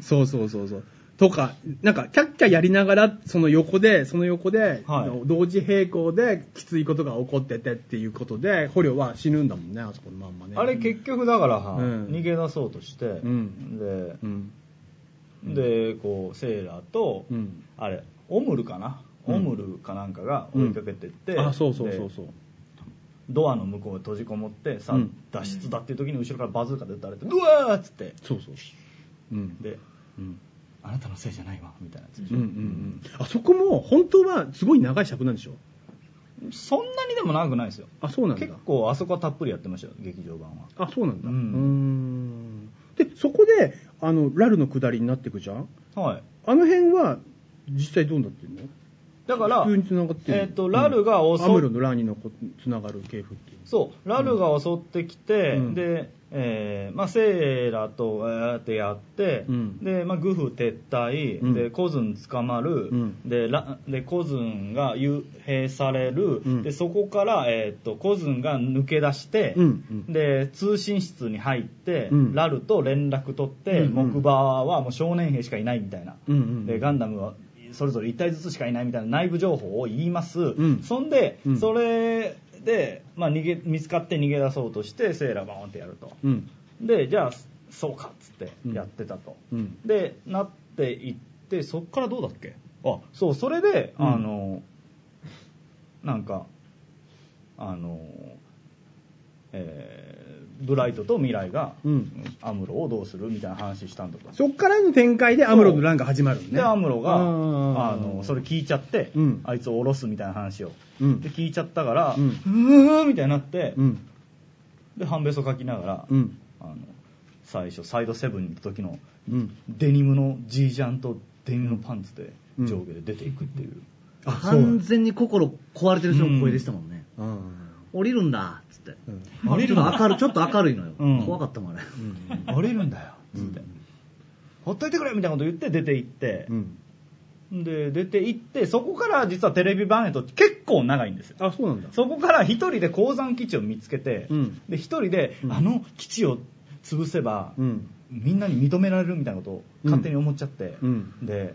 D: そうそうそうそう。とか、なんか、キャッキャやりながら、その横で、その横で、
B: はい
D: 同時並行で、きついことが起こっててっていうことで、捕虜は死ぬんだもんね、あそこのまんまね。
B: あれ結局だから、
D: ん
B: 逃げ出そうとして、
D: ん
B: で
D: うん。
B: でこうセイラーと、
D: うん。
B: あれオムルかな、
D: うん
B: オムルかなんかが追いかけてって、
D: あ、そうそうそうそう
B: で。ドアの向こうに閉じこもってさ、
D: うん
B: 脱出だっていう時に後ろからバズーカで撃たれて「うわ!」っつって
D: そうそう。うん。
B: で
D: うん。
B: 「あなたのせいじゃないわ」みたいなやつでし
D: う
B: ょ
D: んうんうん。あそこも、本当は、すごい長い尺なんでしょ
B: そんなにでも長くないですよ
D: あ、そうなんだ
B: 結。構あそこはたっぷりやってましたよ劇場版は
D: あ、そうなんだ。
B: う
D: うんーん。で、そこで、あの、ラルの下りになってくじゃん
B: はい
D: あの辺は、実際どうなってんの
B: だから
D: 普通に繋がってる
B: えっとラルが襲
D: アムロのラにのこ繋がる系譜っていう
B: そうラルが襲ってきて、
D: うん
B: でえーまあ、セーラとえーってやって、
J: うん
B: でまあ、グフ撤退、
J: うん
B: でコズン捕まる、
J: うん
B: でラでコズンが幽閉される、
J: うん
B: でそこから、えー、とコズンが抜け出して、
J: うん
B: で通信室に入って、
J: うん
B: ラルと連絡取って、
J: うんうん
B: 木馬はもう少年兵しかいないみたいな、
J: うんうん
B: でガンダムはそれぞれ1体ずつしかいないみたいな内部情報を言います、
J: ん
B: そんで、
J: うん
B: それで、まあ、逃げ見つかって逃げ出そうとしてセーラーバーンってやると、
J: うん
B: でじゃあそうかっつってやってたと、
J: うん
B: でなっていってそっからどうだっけあそうそれで、
J: うん
B: あのなんかあのえーブライトと未来が、
J: うん
B: アムロをどうするみたいな話したんだと
D: そっからの展開でアムロの乱が始まるのね
B: でアムロが、
J: うん
B: あのそれ聞いちゃって、
J: うん
B: あいつを降ろすみたいな話を、
J: うん
B: で聞いちゃったから、
J: う
B: うんーんみたいになって、
J: うん
B: で半べそ書きながら、
J: うん
B: あの最初サイドセブンに行った時の
J: うん
B: デニムのジージャンとデニムのパンツで
J: うん
B: 上下で出ていくっていう、
C: 完全に心壊れてる人の声でしたもんね。
J: うん
C: 降りるんだっつって。
B: 降りるんだ
C: ちょっと明るいちょっと明るいのよ。
B: うん
C: 怖かったもんあれ。
B: 降りるんだよつって、ほっといてくれみたいなこと言って出て行って
J: う、ん
B: で出て行ってそこから実はテレビ版へと結構長いんですよ
J: あそうなんだ
B: そこから一人で鉱山基地を見つけて、
J: うん
B: で一人で、あの基地を潰せば、
J: うん
B: みんなに認められるみたいなことを勝手に思っちゃって、
J: うん
B: で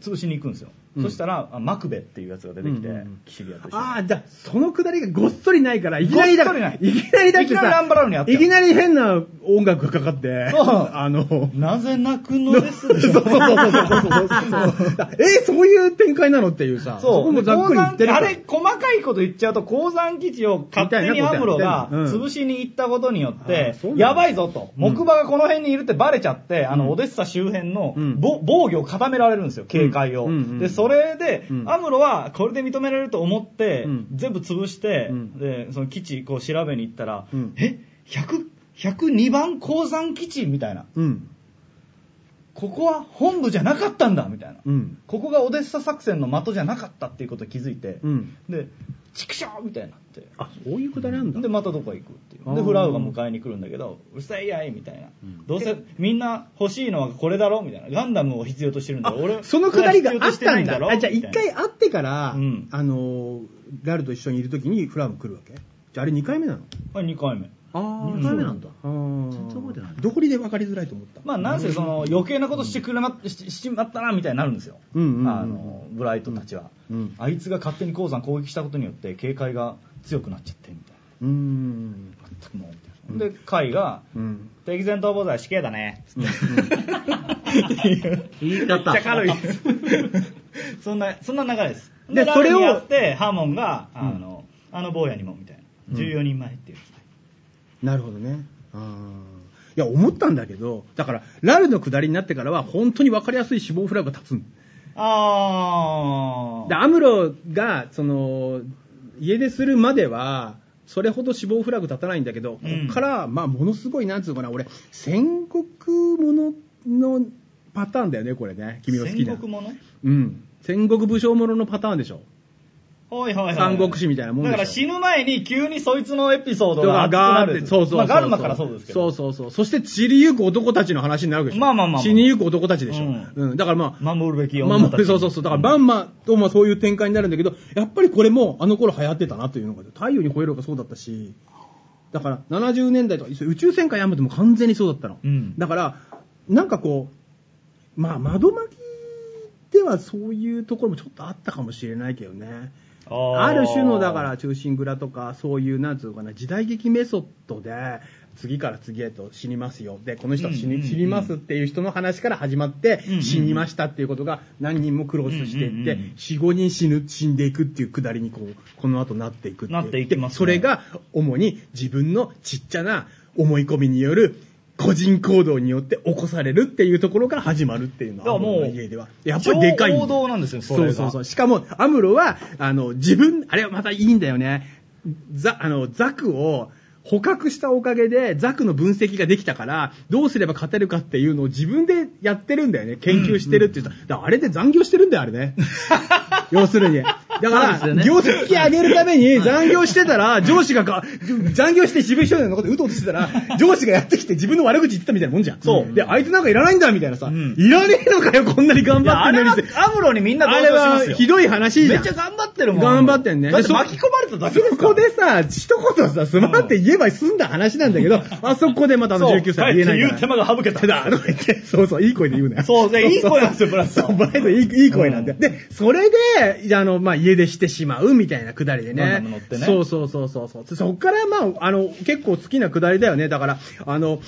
B: 潰しに行くんですよ、
J: うん
B: そしたらあマクベっていうやつが出てきて、
J: うんうんうん
B: キシリアと一緒に
D: ああ、じゃあ、そのくだりがごっそりないから、いきなりだ
B: ごっそりない
D: きなりだって
B: いきなりランバラルにあ
D: さ
B: っ、たよ
D: いきなり変な音楽がかかって、
B: そう
D: あの、
B: なぜ泣くのですでし
D: そ
B: ょ
D: うそうそうそうそうそう。え、そういう展開なのっていうさ、
B: そ
D: こ
B: う。
D: も
B: で
D: ざっくり言って
B: 鉱
D: る
B: 山
D: か
B: あ
D: ら。
B: れ、細かいこと言っちゃうと、鉱山基地を勝手にアムロが潰しに行ったことによっ
D: うんあ
B: て
D: そうなん、だ
B: やばいぞと。木馬がこの辺にいるってバレちゃって、あの、オデッサ周辺の
J: うん
B: ぼ防御を固められるんですよ、警戒を
J: うんうん。
B: で、それで
J: う、ん
B: アムロはこれで認められると思って
J: うん、
B: 全部潰して
J: う、ん
B: で、その基地こう調べに行ったら
J: うん、
B: え ?100、102番鉱山基地みたいな。
J: うん
B: ここは本部じゃなかったんだみたいな。
J: うん
B: ここがオデッサ作戦の的じゃなかったっていうことに気づいて、
J: うん
B: で、畜生みたいになって、
D: あ、そういうくだりなんだ。
B: で、またどこへ行くっていう。
J: あー
B: で、フラウが迎えに来るんだけど、うるさいやいみたいな。どうせみんな欲しいのはこれだろみたいな。ガンダムを必要としてるんだ
D: あ
B: ろ。俺、
D: そのくだりが
B: 俺
D: あ
B: は
D: っ
B: 必要としてな
D: た
B: い
D: んだ。
B: ろ
D: あじゃあ
B: み
D: 一
B: たい
D: 回
B: な
D: 会ってから、
B: うん
D: あの、ラルと一緒にいるときにフラム来るわけじゃああれ2回目なの
B: はい、2回目。
D: あ
C: 2回目なんだ。
D: 全
C: 全然覚えてない
D: どこりで分かりづらいと思った。
B: まあ、なんせその余計なことしてくれま、ししまったな、みたいになるんですよ。
J: うんうんうん
B: あの、ブライトたちは。
J: うん
B: あいつが勝手に鉱山攻撃したことによって、警戒が強くなっちゃって、みたいな。
J: うん
B: 全くもうみたいな。で、カイが、
J: うん
B: 敵前逃亡罪死刑だね。
C: 言い方。
B: そんな、そんな流れです。
D: で
B: で、
D: そ
B: そ
D: れ
B: れ
D: を
B: をやって、ハーモンが、あの、あの坊やにも、みたいな。14人前っていう。
D: なるほどね。いや、思ったんだけど、だから、ラルの下りになってからは、本当に分かりやすい死亡フラグが立つん
B: あ
D: で、アムロが、その、家出するまでは、それほど死亡フラグ立たないんだけど、
B: うん
D: こっから、まあ、ものすごい、なんつうのかな、俺、戦国もののパターンだよね、これね。君の好きな。
B: 戦国もの
D: うん。戦国武将もののパターンでしょ。
B: はいはいはい。
D: 三国志みたいなもんでしょ
B: だから死ぬ前に急にそいつのエピソードが
D: ガ
B: 熱くな
D: ー
B: る
D: って、そうそうそう。
B: まあガルマからそうですけど。
D: そうそうそう。そして散りゆく男たちの話になるわけでしょ。
B: まあまあまあまあ
D: 死にゆく男たちでしょ。う
B: うんん、
D: だからまあ、
B: 守るべき
D: まあ
B: 女
D: ま
B: た
D: あ、
B: ち。
D: そうそうそう。だから、まんまと、まあそういう展開になるんだけど、やっぱりこれも、あの頃流行ってたなというのが、太陽に吠えろがそうだったし、だから、70年代とか、宇宙戦艦ヤムでも完全にそうだったの。
B: うん
D: だから、なんかこう、まあ、窓巻きではそういうところもちょっとあったかもしれないけどね。
B: ー
D: ある種のだから中心蔵とかそういうなんつうのかな時代劇メソッドで次から次へと死にますよでこの人は死
B: うん
D: に
B: うんうん
D: 死にますっていう人の話から始まって
B: うんうん
D: 死にましたっていうことが何人もクロスしていっ
B: うんうん
D: て
B: うん
D: 45人死ぬ死んでいくっていうくだりにこうこの後なっていく
B: なっていきますね
D: でそれが主に自分のちっちゃな思い込みによる個人行動によって起こされるっていうところから始まるっていうの
B: いや
D: は
B: もう
D: アムロの家ではやっぱりでかいんだよ
B: 超王道なんですよそ
D: そ
B: れ
D: う
B: が
D: そうそう。しかも、アムロは、あの、自分、あれはまたいいんだよね。ザ、あの、ザクを捕獲したおかげで、ザクの分析ができたから、どうすれば勝てるかっていうのを自分で やってるんだよね。研究してるって言った。だからあれで残業してるんだよ、あれね。要するに。だから、
C: そうです
D: 業
C: よ
D: 績上げるために残業してたら、上司がか、残業して自分一人のことでうとうとしてたら、上司がやってきて自分の悪口言ってたみたいなもんじゃん。そう。で、あいつなんかいらないんだ、みたいなさ、
B: ん
D: いらねえのかよ、こんなに頑
B: いや
D: 張っ
B: あ
D: て
B: れ
D: んの
B: は
D: にって。
B: アムロにみんな同
D: あ
B: 情
D: れ
B: しま
D: は
B: すよ。
D: ひどい話じ
B: め
D: ゃ
B: っ
D: ん
B: ちゃ。頑張ってるもん。
D: 頑張ってんね
B: だって
D: でそ
B: 巻き込まれただけです
D: そ
B: から
D: こでさ、一言さ、すまんって言えば済んだ話なんだけど、 あそこでまたあの19歳言えないから。
B: そう帰って言う手間が省けた
D: 手だ、とか言ってそうそう、いい声で言うなよ。
B: そうでいい声なんですよブラスさ ん
D: そうブラスさんいいいい声なんだよ。で、それで、あの、まあ、家出してしまうみたいなくだりで
B: 何
D: ね。
B: 度も乗ってね
D: そうそうそうそうそう。そっから、まあ、あの、結構好きなくだりだよね。だから、あの、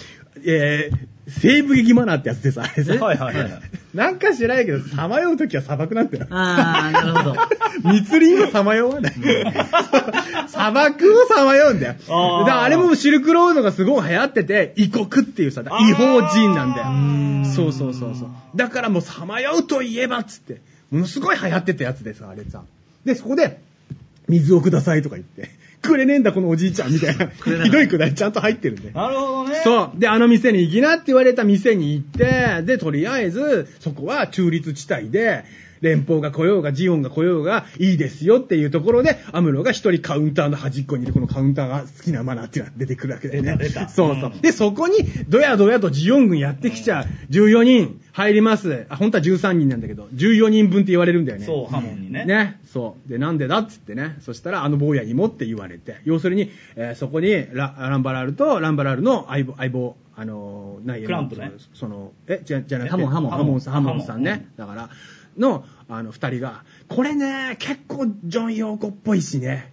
D: えー、西部劇マナーってやつでさ、あれさ
B: はいはいはいはい。
D: なんか知らないけど、さまようときは砂漠なんだよ。
C: ああ、なるほど。
D: 密林をさまよわない。砂漠をさまようんだよ。だか
B: あー
D: らあれもシルクロードがすごい流行ってて、異国っていうさ、違法人なんだよ。そうそうそうそう。だからもうさまようといえばっつって、ものすごい流行ってたやつでさ、あれさ。で、そこで、水をくださいとか言って、くれねえんだこのおじいちゃんみたいな、ひどいくだりちゃんと入ってるんだよ。
B: なるほどね。う。
D: そう。で、あの店に行きなって言われた店に行って、で、とりあえず、そこは中立地帯で、連邦が来ようが、ジオンが来ようが、いいですよっていうところで、アムロが一人カウンターの端っこにいる、このカウンターが好きなマナーっていうの が出てくるわけだよね。そうそう。で、そこに、ドヤドヤとジオン軍やってきちゃう。14人入ります。あ、本当は13人なんだけど、14人分って言われるんだよね。
B: そう、ハモンにね。
D: ね。そう。で、なんでだっつってね。そしたら、あの坊やにもって言われて。要するに、えーそこにラ、ランバラールと、ランバラールの相棒、相棒、あのー、ない
B: クランプね
D: その、え、じゃ、じゃなくて、
C: ハモンハモン
D: ハモンさん、ハモンさん
B: ハモ
D: ね。だから、の、あの、二人が、これね、結構、ジョン・ヨーコっぽいしね。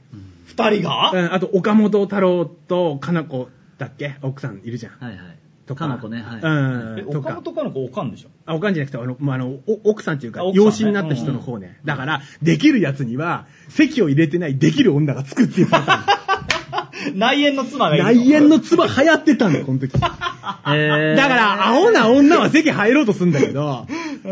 B: 二人が
D: うん、あと、岡本太郎と、かな子だっけ奥さんいるじゃん。
C: はいはい。
D: とか。
C: かの子ね、はい。
B: え
D: うん、と
B: 岡
D: か。
B: 本かの子、おかんでしょ。
D: あ、おかんじゃなくて、あの、まあ、あの、お奥さんっていうか
B: あ、奥さんね
D: 養子になった人の方ね。だから、できるやつには、席を入れてないできる女がつくっていうパターン。
B: 内縁の妻がいる。
D: 内縁の唾流行ってた んだよ、この時。だ
C: えー
D: から、アホな女は席入ろうとするんだけど、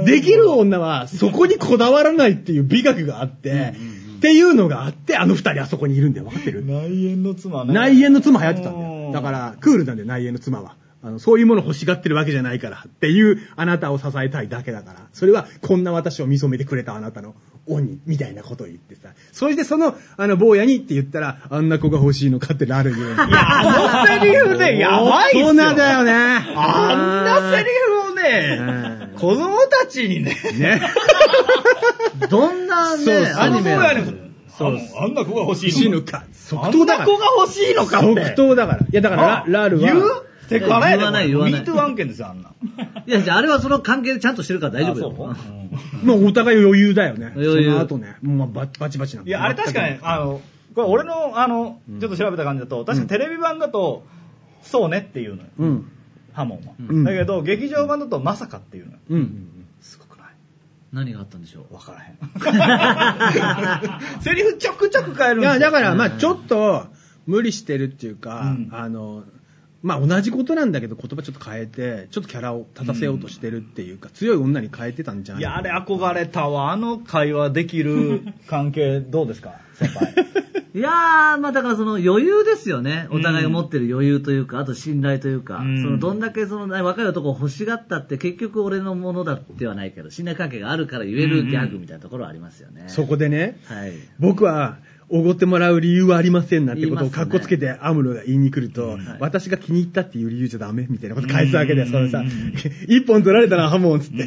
D: できる女はそこにこだわらないっていう美学があって、っていうのがあって、あの二人あそこにいるんだよ、わかってる
B: 内縁の妻ね。
D: 内縁の妻流行ってたんだ
B: うん
D: よ。だから、クールなんだよ、内縁の妻は。あの、そういうもの欲しがってるわけじゃないからっていう、あなたを支えたいだけだから。それは、こんな私を見初めてくれたあなたの恩みたいなことを言ってさ。そしてその、あの、坊やにって言ったら、あんな子が欲しいのかってなるよ。いや、
B: あのセリフね、やばいっすよ。
D: 大人だよね。
B: あんなセリフを
D: うん、
B: ね子供たちにね、
D: ね。
C: どんなね、
D: そうそう
C: ア
B: あの
C: ニ
B: 子
C: メ
B: が
C: な
B: ね
C: の、
B: あのあんな子が欲
D: 欲し
B: し
D: い
B: い
D: の
B: の
D: か。
B: あ
D: 即
B: ん
D: 答だ
B: な
D: から
B: 子。が欲しいのかって
D: 即。答だから。いや、だからラ、ラールは。
B: 言うセクハラやで。
C: 言わない言わない
B: ミートワン件ですよ、あんな。
C: いや、じゃああれはその関係でちゃんとしてるから大丈夫
B: あ
C: よ。
B: そううん
D: まあ、お互い余裕だよね。
C: 余裕
D: その後ね、もうまあババチバチなん
B: いや、あれ確かね、あの、これ俺の、あの、ちょっと調べた感じだと、確かテレビ版だと、そうねっていうのよ、
D: うん。
B: ハモンは。
D: ん
B: だけど、劇場版だと、まさかっていうのよ。
D: うん。
B: すごくない
C: 何があったんでしょう。
B: わからへ ん。セリフちょくちょく変えるん
D: い
B: ですよ
D: や、だから、まあちょっと、無理してるっていうか、
B: うん
D: あの、まあ同じことなんだけど、言葉ちょっと変えて、ちょっとキャラを立たせようとしてるっていうか、強い女に変えてたんじゃない
B: いや、あれ
D: あ
B: 憧れたわ。あの会話できる関係、どうですか先 輩。
C: いやー、まあだからその余裕ですよね。お互いが持ってる余裕というか、あと信頼というか、
B: うん
C: そのどんだけそのね若い男を欲しがったって結局俺のものだってはないけど、信頼関係があるから言えるギャグみたいなところはありますよね。
D: そこでね、
C: はい。
D: 僕は、おごってもらう理由はありませんなんてこと
C: 言
D: を
C: います
D: か
C: ね
D: っこつけてアムロが言いに来ると、私が気に入ったっていう理由じゃダメみたいなこと返すわけで、
B: うん
D: そのさ、一本取られたな、ハモンっつって、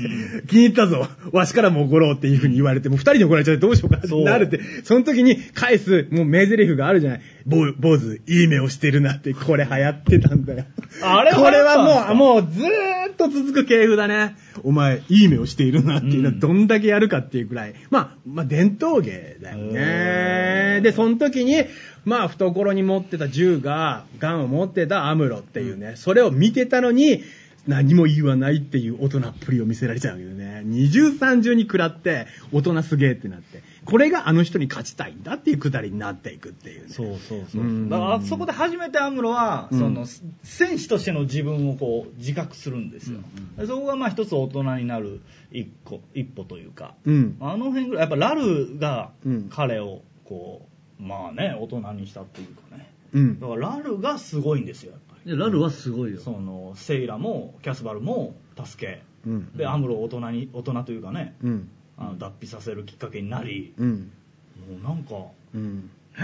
D: 気に入ったぞ、わしからも怒ろうっていうふうに言われて、もう二人に怒られちゃってどうしようかって
B: そう
D: なるって、その時に返す、もう名台詞があるじゃない。坊坊主、いい目をしてるなって、これ流行ってたんだよ。
B: あれ
D: これ
B: 流行っ
D: は
B: たんですか
D: もう、もうずーっと続く系譜だね。お前、いい目をしているなっていうのは、どんだけやるかっていうくらい。まあ、まあ、伝統芸だよね。で、その時に、まあ、懐に持ってた銃が、ガンを持ってたアムロっていうね、それを見てたのに、何も言わないっていう大人っぷりを見せられちゃうけどね。二重三重に食らって、大人すげえってなって。これがあの人に勝ちたいんだっていうくだりになっていくっていうね。
B: そうそう
D: う
B: そう。
D: ん
B: だから、そこで初めてアムロは、
D: うん
B: その、戦士としての自分をこう、自覚するんですよ。でそこがまあ一つ大人になる一個、一歩というか。
D: うん。
B: あの辺ぐらい、やっぱラルが
D: うん
B: 彼をこう、まあね、大人にしたっていうかね。
D: うん
B: だ。からラルがすごいんですよ、やっぱり。
C: でラルはすごいよ。
B: その、セイラもキャスバルも助け。
D: うん。
B: で、アムロを大人に、大人というかね、
D: うん。
B: あの脱皮させるきっかけになり、
D: うん。
B: うなんか、
D: うん
B: ねえ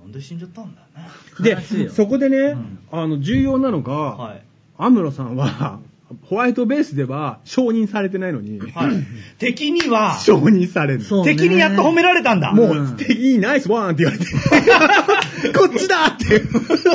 B: なんで死んじゃったんだよね。
D: で
C: 悲しいよ
D: そこでね、
B: ん
D: あの重要なのが、
B: はい。
D: アムロさんはホワイトベースでは承認されてないのに、
B: はい。敵には、
D: 承認される
C: そうね
B: 敵にやっと褒められたんだ。
D: もう、
C: うん
D: いいナイスワンって言われて、こっちだって。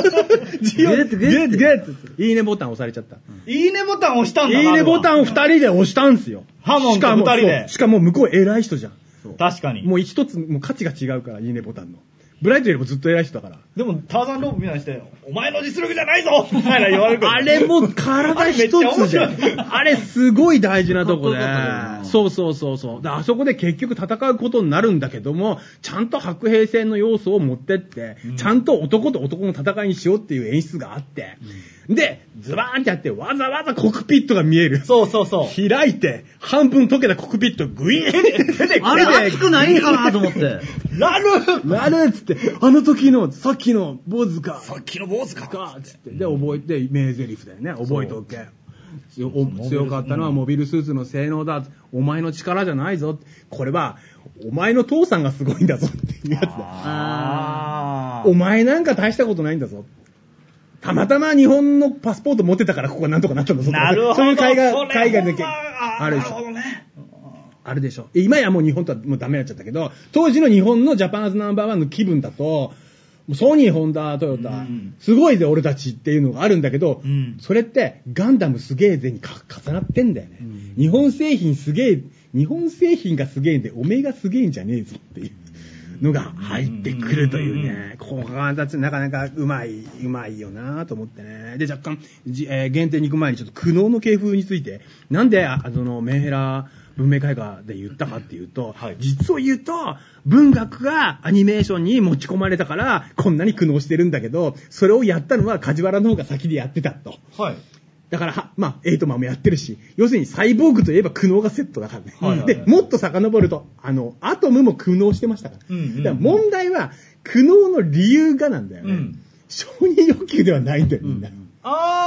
D: ジオゲット
C: ゲットゲット
D: ゲットいいねボタン押されちゃった。
B: いいねボタン押したんだ
D: いいねボタ
B: ン。
D: ンを二人で押したんすよ。
B: ハモ
D: し
B: ンと
D: かも
B: 二人で
D: そうしかも向こう偉い人じゃん。
B: 確かに。
D: もう一つ、もう価値が違うから、いいねボタンの。ブライトよりもずっと偉い人だから。
B: でも、ターザンロープみたいにして、お前の実力じゃないぞみたいな言われるけ ど
D: あれも体一つじゃ
B: あれめっちゃ面白い
D: ん。あれすごい大事なとこで
C: かっこよかったよ。ね
D: そうそうそうそう。であそこで結局戦うことになるんだけども、ちゃんと白兵戦の要素を持ってって、ちゃんと男と男の戦いにしようっていう演出があって、で、ズバーンってやって、わざわざコックピットが見える。
B: そうそうそう。
D: 開いて、半分溶けたコックピットグイーンって出て
C: あれ熱くないんかなと思って。
D: なるなるっつって、あの時の、さっきの坊主か。さっきの坊主か。っつって。で、覚えて、名台詞だよね。覚えておけ。強お強かったのはモビルスーツの性能だ。お前の力じゃないぞ。これは、お前の父さんがすごいんだぞっていうやつだ。
B: あ
D: お前なんか大したことないんだぞ。たまたま日本のパスポート持ってたからここがなんとかなったんだぞ。
B: なるほど。
D: そういう海外、
B: それ
D: 海外のけ、
B: あ
D: あるで
B: なる
D: しょ
B: ほ。どね。
D: あるでしょ。今やもう日本とはもうダメになっちゃったけど、当時の日本のジャパンズナンバーワンの気分だと、もうソニー、ホンダ、トヨタ、
B: ん
D: すごいぜ俺たちっていうのがあるんだけど、
B: うん
D: それってガンダムすげえぜにか重なってんだよね。日本製品すげえ、日本製品がすげえんで、おめえがすげえんじゃねえぞっていう。のが入ってくるというね、ここがたちなかなかうまい、うまいよなと思ってね。で、若干、じえー限定に行く前にちょっと苦悩の系風について、なんで、ああの、メンヘラ文明開化で言ったかっていうと、実を言うと、文学がアニメーションに持ち込まれたから、こんなに苦悩してるんだけど、それをやったのは梶原の方が先でやってたと。
B: はい。
D: だからは、まあ、エイトマンもやってるし、要するにサイボーグといえば苦悩がセットだからね。
B: はいはいはい
D: で、もっと遡ると、あの、アトムも苦悩してましたから。
B: うんうんうん
D: だから問題は、苦悩の理由がなんだよね。
B: うん
D: 承認欲求ではないんだよ、みんな。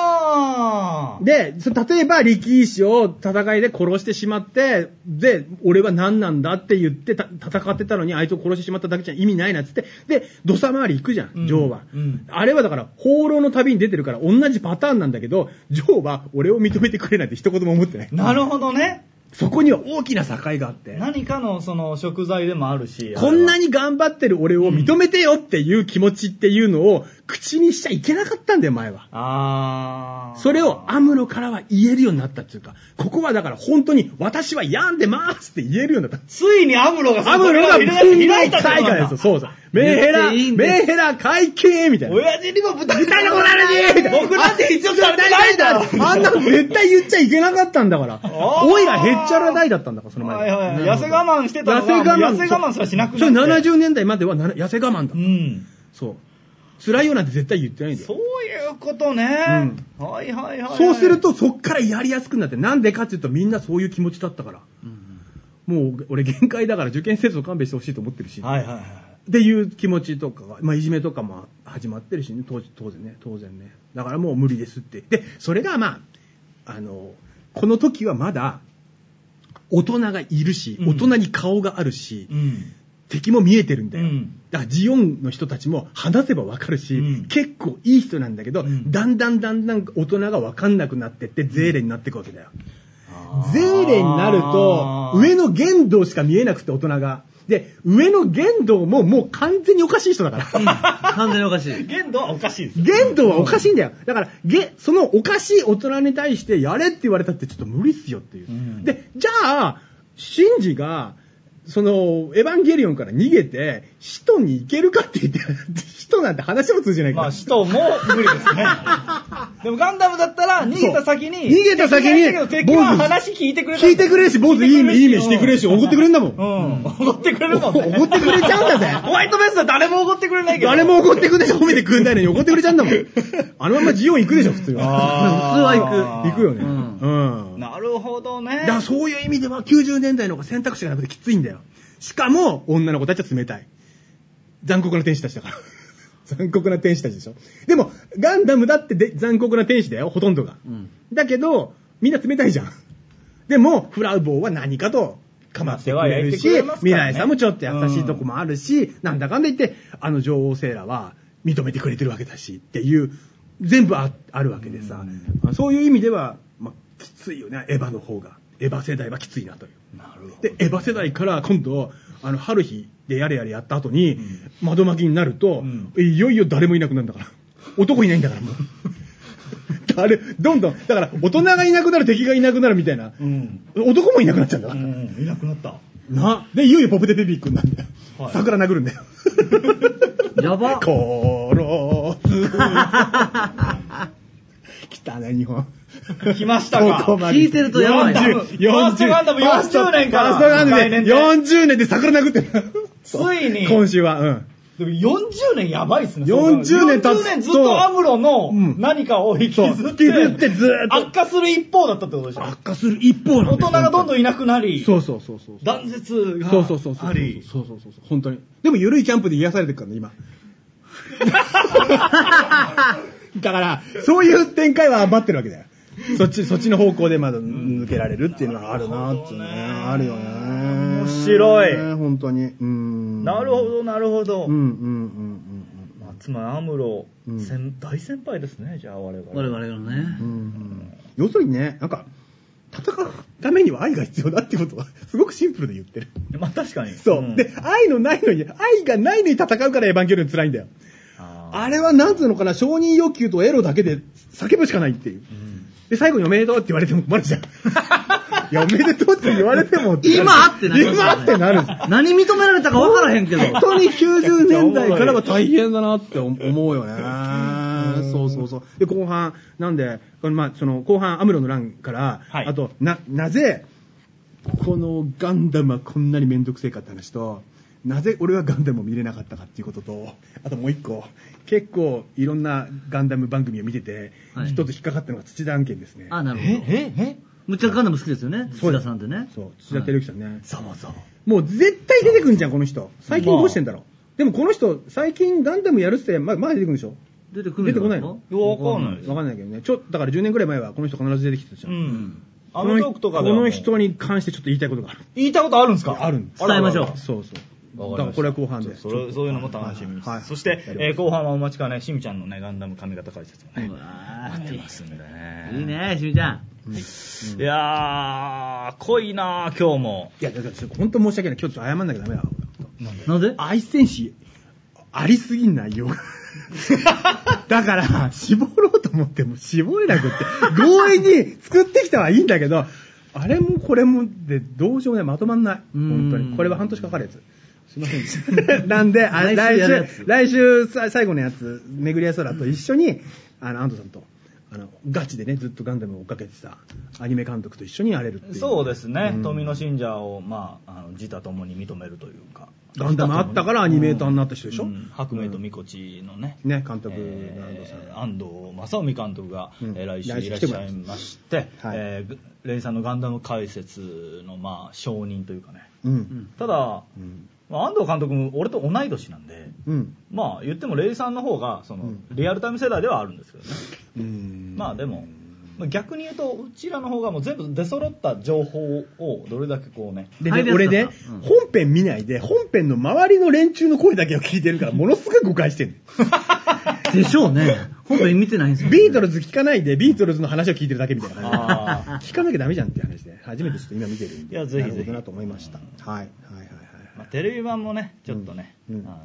B: あー
D: で、そ例えば、力石を戦いで殺してしまって、で、俺は何なんだって言ってた戦ってたのに、あいつを殺してしまっただけじゃ意味ないなっつって、で、土佐回り行くじゃ
B: うん
D: ん、ジョーは。
B: うん
D: あれはだから、放浪の旅に出てるから、同じパターンなんだけど、ジョーは俺を認めてくれなんて一言も思ってない。
B: なるほどね。
D: そこには大きな境があって、
B: 何かのその食材でもあるし。
D: こんな
B: に。
D: に頑張ってる俺を認めてよっていう気持ちっていうのを、口にしちゃいけなかったんだよ、前は。
B: あー
D: それをアムロからは言えるようになったっていうか、ここはだから本当に私は病んでますって言えるようになっ
B: ついにアムロが
D: た。アムロが
B: そこから入
D: 開
B: れ開
D: い
B: い
D: た
B: た
D: 海外ですよ。そうそう。メンヘラ、
C: 言っていいんです
D: メンヘラ会計みたいな。
B: 親父にも豚
D: 豚の子なのに
B: 僕なんて必要されてないんだ
D: あんなの絶対言っちゃいけなかったんだから。
B: ー
D: おいらへっちゃら大だったんだから、その前は。
B: はいはいはい。痩せ我慢してたのが、痩せ我慢すらしなくなって。
D: そう70年代まではな痩せ我慢だ。
B: うん。
D: そう。辛いよなんて絶対言ってないんだよ。
B: そういうことね。はいはいはいはい。
D: そうすると、そっからやりやすくなって、なんでかっていうと、みんなそういう気持ちだったから。もう、俺限界だから受験生を勘弁してほしいと思ってるし、
B: はいはいはい。
D: っていう気持ちとかが、まあ、いじめとかも始まってるしね、当時、当然ね、当然ね。だからもう無理ですって。で、それがまあ、あの、この時はまだ、大人がいるし、
B: うん
D: 大人に顔があるし、
B: うん。
D: 敵も見えてるんだよ。
B: うん
D: だからジオンの人たちも話せばわかるし、
B: うん
D: 結構いい人なんだけど、
B: うん
D: だんだんだんだん大人がわかんなくなってって、ゼーレになっていくわけだよ。ゼーレになると、上の言動しか見えなくて大人が。で、上の言動ももう完全におかしい人だから。
C: 完全におかし い。
B: 限度はおかしいです。
D: 言動はおかしいんだよ。だから、げ、そのおかしい大人に対してやれって言われたってちょっと無理っすよっていう。
B: うん
D: で、じゃあ、シンジが、その、エヴァンゲリオンから逃げて、使徒に行けるかって言って、使徒なんて話も通じないから。
B: まあ、使徒も無理です ね。でもガンダムだったら、逃げた先に、
D: そう逃げた先に
B: 敵がいたけど敵は
D: ボンズ
B: 話聞いてくれた
D: 聞いてくれるし、坊主いいね、いいね
B: うん
D: してく れるし、怒ってくれるんだも。
B: うん ん。怒ってくれるもんね。
D: 怒ってくれちゃうんだぜ。
B: ホワイトベースは誰も怒ってくれないけど。
D: 誰も怒ってくれない、褒めてくれないのに怒ってくれちゃうん だもん。あのままジオン行くでしょ、普通は。
B: あー
D: 普通は行く。行くよね。
C: うん
D: うん。
B: なるほどね
D: だ。からそういう意味では90年代の方が選択肢がなくてきついんだよ。しかも、女の子たちは冷たい。残酷な天使たちだから。 残酷な天使たちでしょ。でも、ガンダムだってで残酷な天使だよ、ほとんどが。だけど、みんな冷たいじゃん。でも、フラウボーは何かとかまってくれるし、未来さんもちょっと優しいとこもあるし、なんだかんだ言って、あの女王セーラは認めてくれてるわけだしっていう、全部ああるわけでさ、そういう意味では、まあ、きついよね、エヴァの方が。エヴァ世代はきついなという。で、エヴァ世代から今度、あの、春日でやれやれやった後に、窓巻きになると、いよいよ誰もいなくなるんだから。男いないんだから、も う。誰、どんどん、だから、大人がいなくなる、敵がいなくなるみたいな。男もいなくなっちゃうんだから。
B: いなくなった。
D: な。で、いよいよポプテペビックになるんだよ。桜殴るんだよ。
C: やば
D: 殺す。来たね、日本。
B: 来ました か
D: ここまで
C: 聞いてるとやばいな
D: 40 40
B: ファーストガンダム40年から
D: ファーストガンダム
B: 来年で
D: 40年で桜殴ってんだ
B: ついに、
D: 今週は、うん。
B: でも40年やばいっすね。
D: 40年経つと
B: 40年ずっとアムロの
D: うん
B: 何かを引きずっ
D: そう
B: て、
D: 引きずってずーっと
B: 悪化する一方だったってことでしょ。
D: 悪化する一方な
B: 大
D: んだ
B: 人
D: よ
B: がどんどんいなくなり、
D: そうそうそうそう。
B: 断絶が
D: そうそうそうそう。
B: あり、
D: そうそうそうそう。本当に。でも、ゆるいキャンプで癒されてるからね、今。 だから、そういう展開は待ってるわけだよ。そっち、そっちの方向でまだ抜けられるっていうのはあるなっていうね。あるよね。面
B: 白い
D: 本当に。うん。
B: なるほ。ど、なるほど。
D: うんうんうんうん
B: まあつまりアムロ、
D: うん
B: 先大先輩ですね、じゃあ我々。
C: 我々の
D: う。ん
C: ね
D: うんうん。要するにね、なんか、戦うためには愛が必要だってことは、すごくシンプルで言ってる。
B: まあ確かに。
D: そう。
B: ん
D: で、愛のないのに、愛がないのに戦うからエヴァンゲリオン辛いんだよ。
B: あー
D: あれはなんつうのかな、承認欲求とエロだけで叫ぶしかないっていう。で、最後におめでとうって言われても困る じゃん。いや、おめでとうって言われても。
C: 今ってなりますよね
D: 今ってなる。
C: 何認められたか分からへんけど。
D: 本当に90年代からは大変だなって思うよね。そうそうそう。で、後半、なんで、このまあ、その、後半、アムロの欄から、
B: はい
D: あと、な、なぜ、このガンダムはこんなにめんどくせえかって話と、なぜ俺はガンダムを見れなかったかっていうことと、あともう一個、結構いろんなガンダム番組を見てて、
C: はい
D: 一つ引っかかったのが土田案件ですね。
C: あ、なるほど。
B: ええ
C: むっちゃガンダム好きですよね。
D: そう
C: 土
D: だ
C: 田さんってね。
D: そう、土田照之さんね。
H: ざわざわ。
D: もう絶対出てくんじゃん、この人。最近どうしてんだろう。でもこの人、最近ガンダムやるって、まあ、まだ出てくるんでしょ
C: 出てくるんじ
D: 出
C: ゃ
D: てこないの
B: いやわかんないです
D: わかんないけどね。ちょ、だから10年くらい前はこの人必ず出てきてたじゃ。
B: うんん。ア
D: こ
B: ム
D: の
B: ロークとかで
D: こ
B: はもう
D: の人に関してちょっと言いたいことがある。
B: 言いたいことあるんですか
D: あるんです
C: 伝えましょう
D: そうそう。だ
B: わ
D: か
B: からりました
D: これは後半で。
B: それそういうのも楽しみにして、
D: はい
B: そして、えー後半はお待ちかね、しみちゃんのね、ガンダム髪型解説もね、
C: うわー
B: 待ってますんでね。
C: いいね、しみちゃん。
B: いやー、濃いなー、今日も。
D: いや、だからちょっと本当申し訳ない。今日ちょっと謝んなきゃダメだ。
C: なんで
D: 愛戦士、ありすぎんないよ。だから、絞ろうと思っても絞れなくって、強引に作ってきたはいいんだけど、あれもこれもで、どうしようもない。まとまんない。
C: うん
D: 本当に。これは半年かかるやつ。すいませんでした。なんで、あれ
C: 来
D: 来
C: 週やるやつ
D: 週、来週さ最後のやつ、めぐりやそらと一緒に、あの、安藤さんと、あの、ガチでね、ずっとガンダムを追っかけてた、アニメ監督と一緒にやれるっていう。
B: そうですね、
D: うん
B: 富の信者を、まあ、あの自他ともに認めるというか、
D: ガンダムあったからアニメーターになった人でしょ、
B: うん白明とみこちのね、
D: ね、監督、
B: えー
D: 安藤さん。
B: 安藤正臣監督が、
D: うん
B: えー来週
D: 来週
B: いらっしゃいまして
D: 来て、もらいますはい
B: えーレイさんのガンダム解説の、まあ、承認というかね、
D: うん。
B: ただ、まあ安藤監督も俺と同い年なんで、
D: うん。
B: まあ言ってもレイさんの方がその、
D: うん
B: リアルタイム世代ではあるんですけどね、
D: うん。
B: まあでも、まあ逆に言うとうちらの方がもう全部出揃った情報をどれだけこうね
D: で
C: 入り
D: ね、
C: やす
D: 俺
C: かった
D: ね、
C: うん
D: 本編見ないで、本編の周りの連中の声だけを聞いてるから、ものすごい誤解してる。
C: でしょうね。本編見てないんですよ。
D: ビートルズ聞かないで、ビートルズの話を聞いてるだけみたいな
B: あ
D: 感じ。聞かなきゃダメじゃんっていう話で、初めてちょっと今見てるんで。
B: いやぜひぜ
D: な
B: ひ
D: るほどなと思いました。はい。はいはい
B: まあ、テレビ版もね、ちょっとね、
D: うんうん
B: あの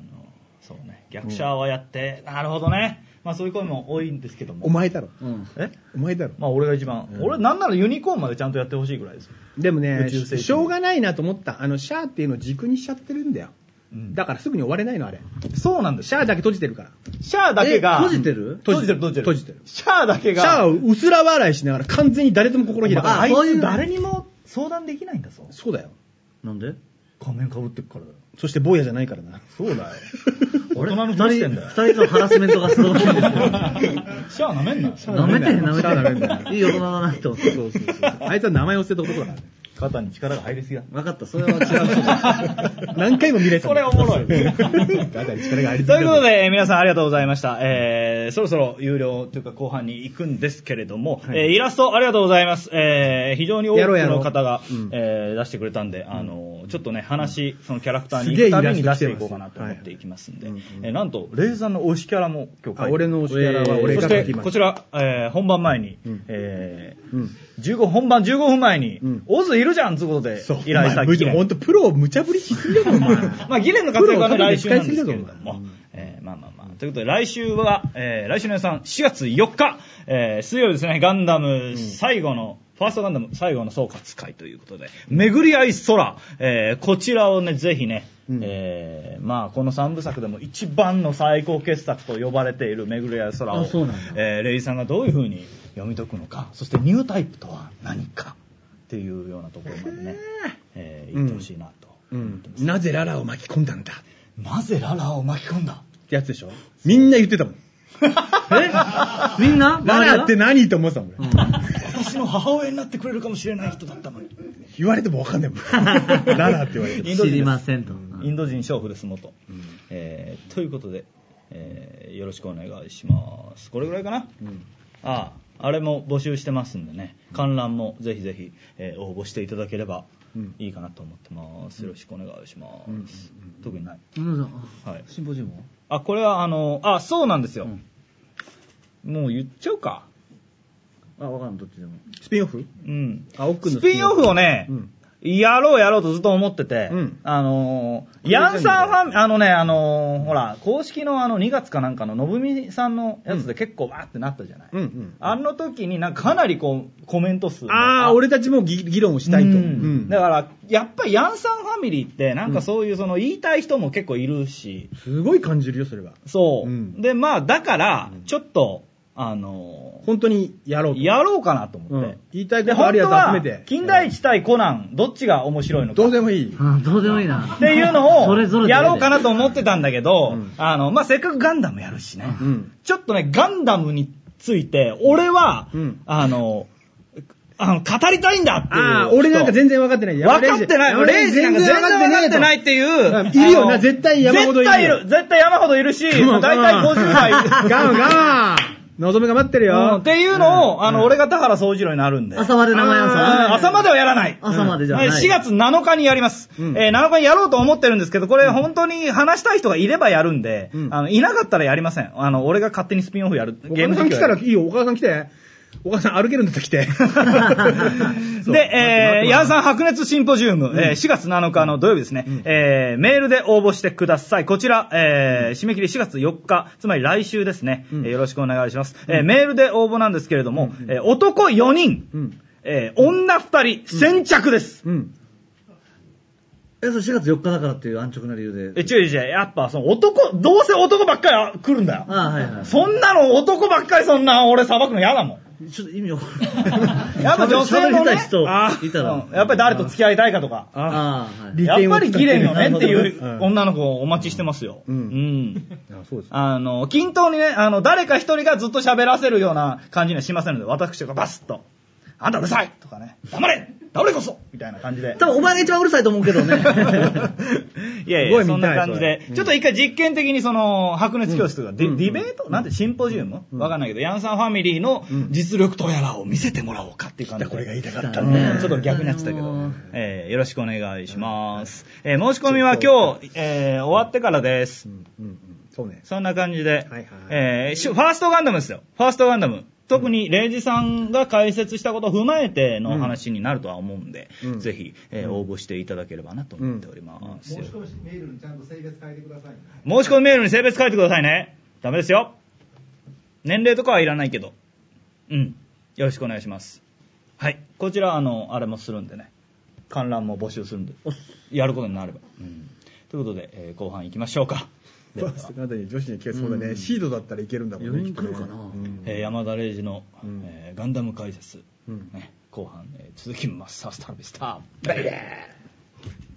B: そうね逆者はやって、なるほどね、まあ、そういう声も多いんですけども、
D: お前だろ。
C: うん。
B: え
D: お前だろ。
B: まあ、俺が一番、俺、なんならユニコーンまでちゃんとやってほしいぐらいですよ、
D: でも
B: 宇
D: ね、
B: 宙世紀
D: しょうがないなと思った。あの、シャーっていうのを軸にしちゃってるんだよ。
B: うん
D: だからすぐに終われないの、あれ。
B: そうなんです
D: シャーだけ閉じてるから。
B: シャアだけが
C: え閉じてる
B: 閉じてる閉じてる
D: 閉じてる
B: シャアだけ
D: シャア
B: が
D: をうすら笑いしながら完全に誰とも心開か
B: あ、
D: な
B: あ
D: い。
B: い
C: そういう
B: つ誰にも相談できないんだぞ
D: そうだよ。
C: なんで
B: 仮面かぶってくからだよ
D: そして坊やじゃないからな。
B: そうだよ大人の
C: 二
B: ふりして
C: 人、
B: んだよ
C: 二人のハラスメントがすごい んですよ。
B: シャアなめんな
D: ャア
C: 舐めてる、
D: シャア舐めんな
C: 舐めてる。いい大人だなって思って。
D: あいつは名前を捨てた男だからね。
B: 肩に力が入りすぎだ。
C: 分かった、それは違う。
D: 何回も見れた。
B: これお もろい。という
D: 肩に力がありすぎる
B: ことで、えー皆さんありがとうございました。えー、そろそろ有料というか後半に行くんですけれども、えーイラストありがとうございます。えー、非常に多く
D: やろうやろう
B: の方が
D: うん、
B: えー出してくれたんで、あの、ちょっとね、話、そのキャラクター
D: す
B: に
D: げえ
B: 行
D: イ
B: く
D: ラ
B: た
D: スト来て
B: びに
D: ま
B: 出
D: す
B: していこうかなと思っていきますんで、
D: はいうんうん
B: えーなんと、レイザーの推しキャラも今日書い
D: あ
B: て
D: 俺の推しキャラは俺が
B: そし
D: 書き
B: て、
D: ま
B: こ
D: し
B: ち
D: た。
B: ら、えー本番前に、
D: うん
B: えー
D: うん
B: 15本番15分前に、
D: うん
B: オズいるじゃんつうことで
D: そう。
B: 依頼した
D: お前
B: ギレ ン
D: ほんとプロを無茶ぶりしすぎだろ、お前。
B: まあギレンの活躍はね
D: プロを
B: 来週なんですけれど
D: 使いすぎだぞお
B: も、えーまあまあまあということで来週は、えー来週の予算4月4日、えー水曜日ですねガンダム最後の、ファーストガンダム最後の総括会ということで、巡り合い空、えーこちらをね、ぜひね、
D: うん
B: えーまあ、この3部作でも一番の最高傑作と呼ばれている巡り合い空を
C: あそうなんだ、
B: えーレイさんがどういう風に読み解くのか、そしてニュータイプとは何かっていうようなところまでね、えー言ってほしいなと。
D: うん。
J: なぜララを巻き込んだんだっ
H: なぜララを巻き込んだ
J: てやつでしょみんな言って たもん。
C: えみんな
J: ララって
C: な。
J: 何と思ってたもん、俺。
H: 私の母親になってくれるかもしれない人だったのに。
J: 言われてもわかんないもん。 ララって言われて。
B: インド人
C: 知り
B: です
C: ませんと。
B: インド人娼婦です、元。えーということで、えーよろしくお願いします。これぐらいかな、ああ、あれも募集してますんでね、観覧もぜひぜひ、えー応募していただければ
D: うん
B: いいかなと思ってます。よろしくお願いします。特にない。
C: うんうんうん
B: はい。
C: シンポジウム
B: あ、これはあの、あ、そうなんですよ。
C: うん
B: もう言っちゃうか。
C: あ、わかんない、どっちでも。
D: スピンオフ
B: うん。
D: あ、奥の
B: スピンオフをね、
D: うん
B: やろうやろうとずっと思ってて、
D: うん
B: あのー、ヤンさんファミ、あのね、あのー、ほら、公式のあの2月かなんかののぶみさんのやつで結構わーってなったじゃない。
D: うんうん。
B: あの時になんかかなりこう、コメント数も
J: ああ、俺たちもぎ議論をしたいと。
B: う
J: うんん
B: だから、やっぱりヤンさんファミリーって、なんかそういうその言いたい人も結構いるし、
J: すごい感じるよ、それは。
B: そう。
D: うん
B: で、まあ、だから、ちょっと、あの
J: 本当にやろう
B: ー、
J: と。
B: やろうかなと
J: う
B: 思って
J: ん。。言いたいこ
B: で、
J: とあ
B: 本
J: るや
B: 当
J: つ集
B: は
J: めて。、
B: 近代一対コナン、どっちが面白いのか
J: どう。でもいい。
C: うん、どうでもいいな。
B: っていうの
C: それぞれ
B: を、
C: で
B: やろうかなと思ってたんだけど
D: ん、
B: あの、まあ、せっかくガンダムやるしね
D: ん。
B: ちょっとね、ガンダムについて、俺は
D: うん、
B: あの、あの、語りたいんだっていう。
J: ああ、俺なんか全然分かってない。
B: 分かってない。
J: 山。
B: レイジなんか全然分かってないいってい
J: い
B: う。
J: るよな
B: あの
J: 絶対山ほどいるよ
B: 絶対いる。絶対山ほどいるし、
J: モ
B: 大
J: ン
B: 体
J: カモン
B: 50代。
J: ガンガン望めが待ってる
B: うん
J: よ
B: っ。ていうのを、あの、俺が田原総一郎になるんで。
C: 朝まで生
B: う
C: 屋
B: ん
C: さん。
B: 朝まではやらない。
C: 朝までじゃない。
B: えー4月7日にやります、
D: うん
B: えー7日にやろうと思ってるんですけど、これ本当に話したい人がいればやるんで、
D: うん
B: あのいなかったらやりません。あの、俺が勝手にスピンオフやる。
J: お母さん来た
B: 実況や
J: ら
B: る
J: いいよ、お母さん来て。お母さん歩けるんだったら来 て。
B: で、えー、ヤンさん白熱シンポジウム、えー4月7日の土曜日ですね、えーメールで応募してください。こちら、えー締め切り4月4日、つまり来週ですね、えーよろしくお願いします、えーメールで応募なんですけれども、えー男4人、
D: ん
B: えー女2人、先着です。
D: うん。
C: え、そう4月4日だからっていう安直な理由で。
B: え、違う違う、やっぱその男、どうせ男ばっかり来るんだよ。
C: ああ、はいはい。
B: そんなの男ばっかりそんな俺裁くの嫌だもん。
C: ちょっと意味を。
B: やっぱ女性
C: 喋
B: の
C: りたい
B: ね、
C: 人
B: あ
C: いたら。
B: うんやっぱり誰と付き合いたいかとか。
C: ああ、はい。
B: やっぱりギレンのねってい
D: うん
B: う女の子をお待ちしてますよ。
D: うん
B: うん
D: あ、そうです。
B: あの、均等にね、あの、誰か一人がずっと喋らせるような感じにはしませんので、私がバスッと、あんたうるさいとかね、黙れ黙れこそみたいな感じで。
C: 多分お前が一番うるさいと思うけどね。
B: いやい
D: すごい見たい
B: や、そんな感じで
D: それう。ん
B: ちょっと一回実験的にその、白熱教室が、デ
D: うん
B: ィディベートなんてシンポジウムわかんないけど、ヤンさんファミリーの実力とやらを見せてもらおうかっていう感じで。これが言いたかった
C: んだよ
B: ちょっと逆になってたけ
C: あの
B: ど
C: ー。
B: えーよろしくお願いします。えー申し込みは今日、えー終わってからです
D: う。んうんうん。そう ね。
B: そんな感じで
D: はいはい。
B: えーしファーストガンダムですよ。ファーストガンダム。特に、レイジさんが解説したことを踏まえての話になるとは思うんで、
D: うん
B: ぜひ、えー応募していただければなと思っております。
K: メールにちゃんと性別変えてくださいね。
B: 申し込みメールに性別書いてくださいね。ダメですよ。年齢とかはいらないけど。うん。よろしくお願いします。はい。こちら、あの、あれもするんでね。観覧も募集するんで。やることになれば。うん。ということで、えー後半行きましょうか。で は
D: バスなんだね女子に消えそうだね。シードだったらいけるんだもんね。
C: 四人来るかな
D: うん
B: えー山田礼二の、
D: うん
B: えーガンダム解説、
D: うん
B: ね後半、えー続きます。サスタルビスター。ベイベー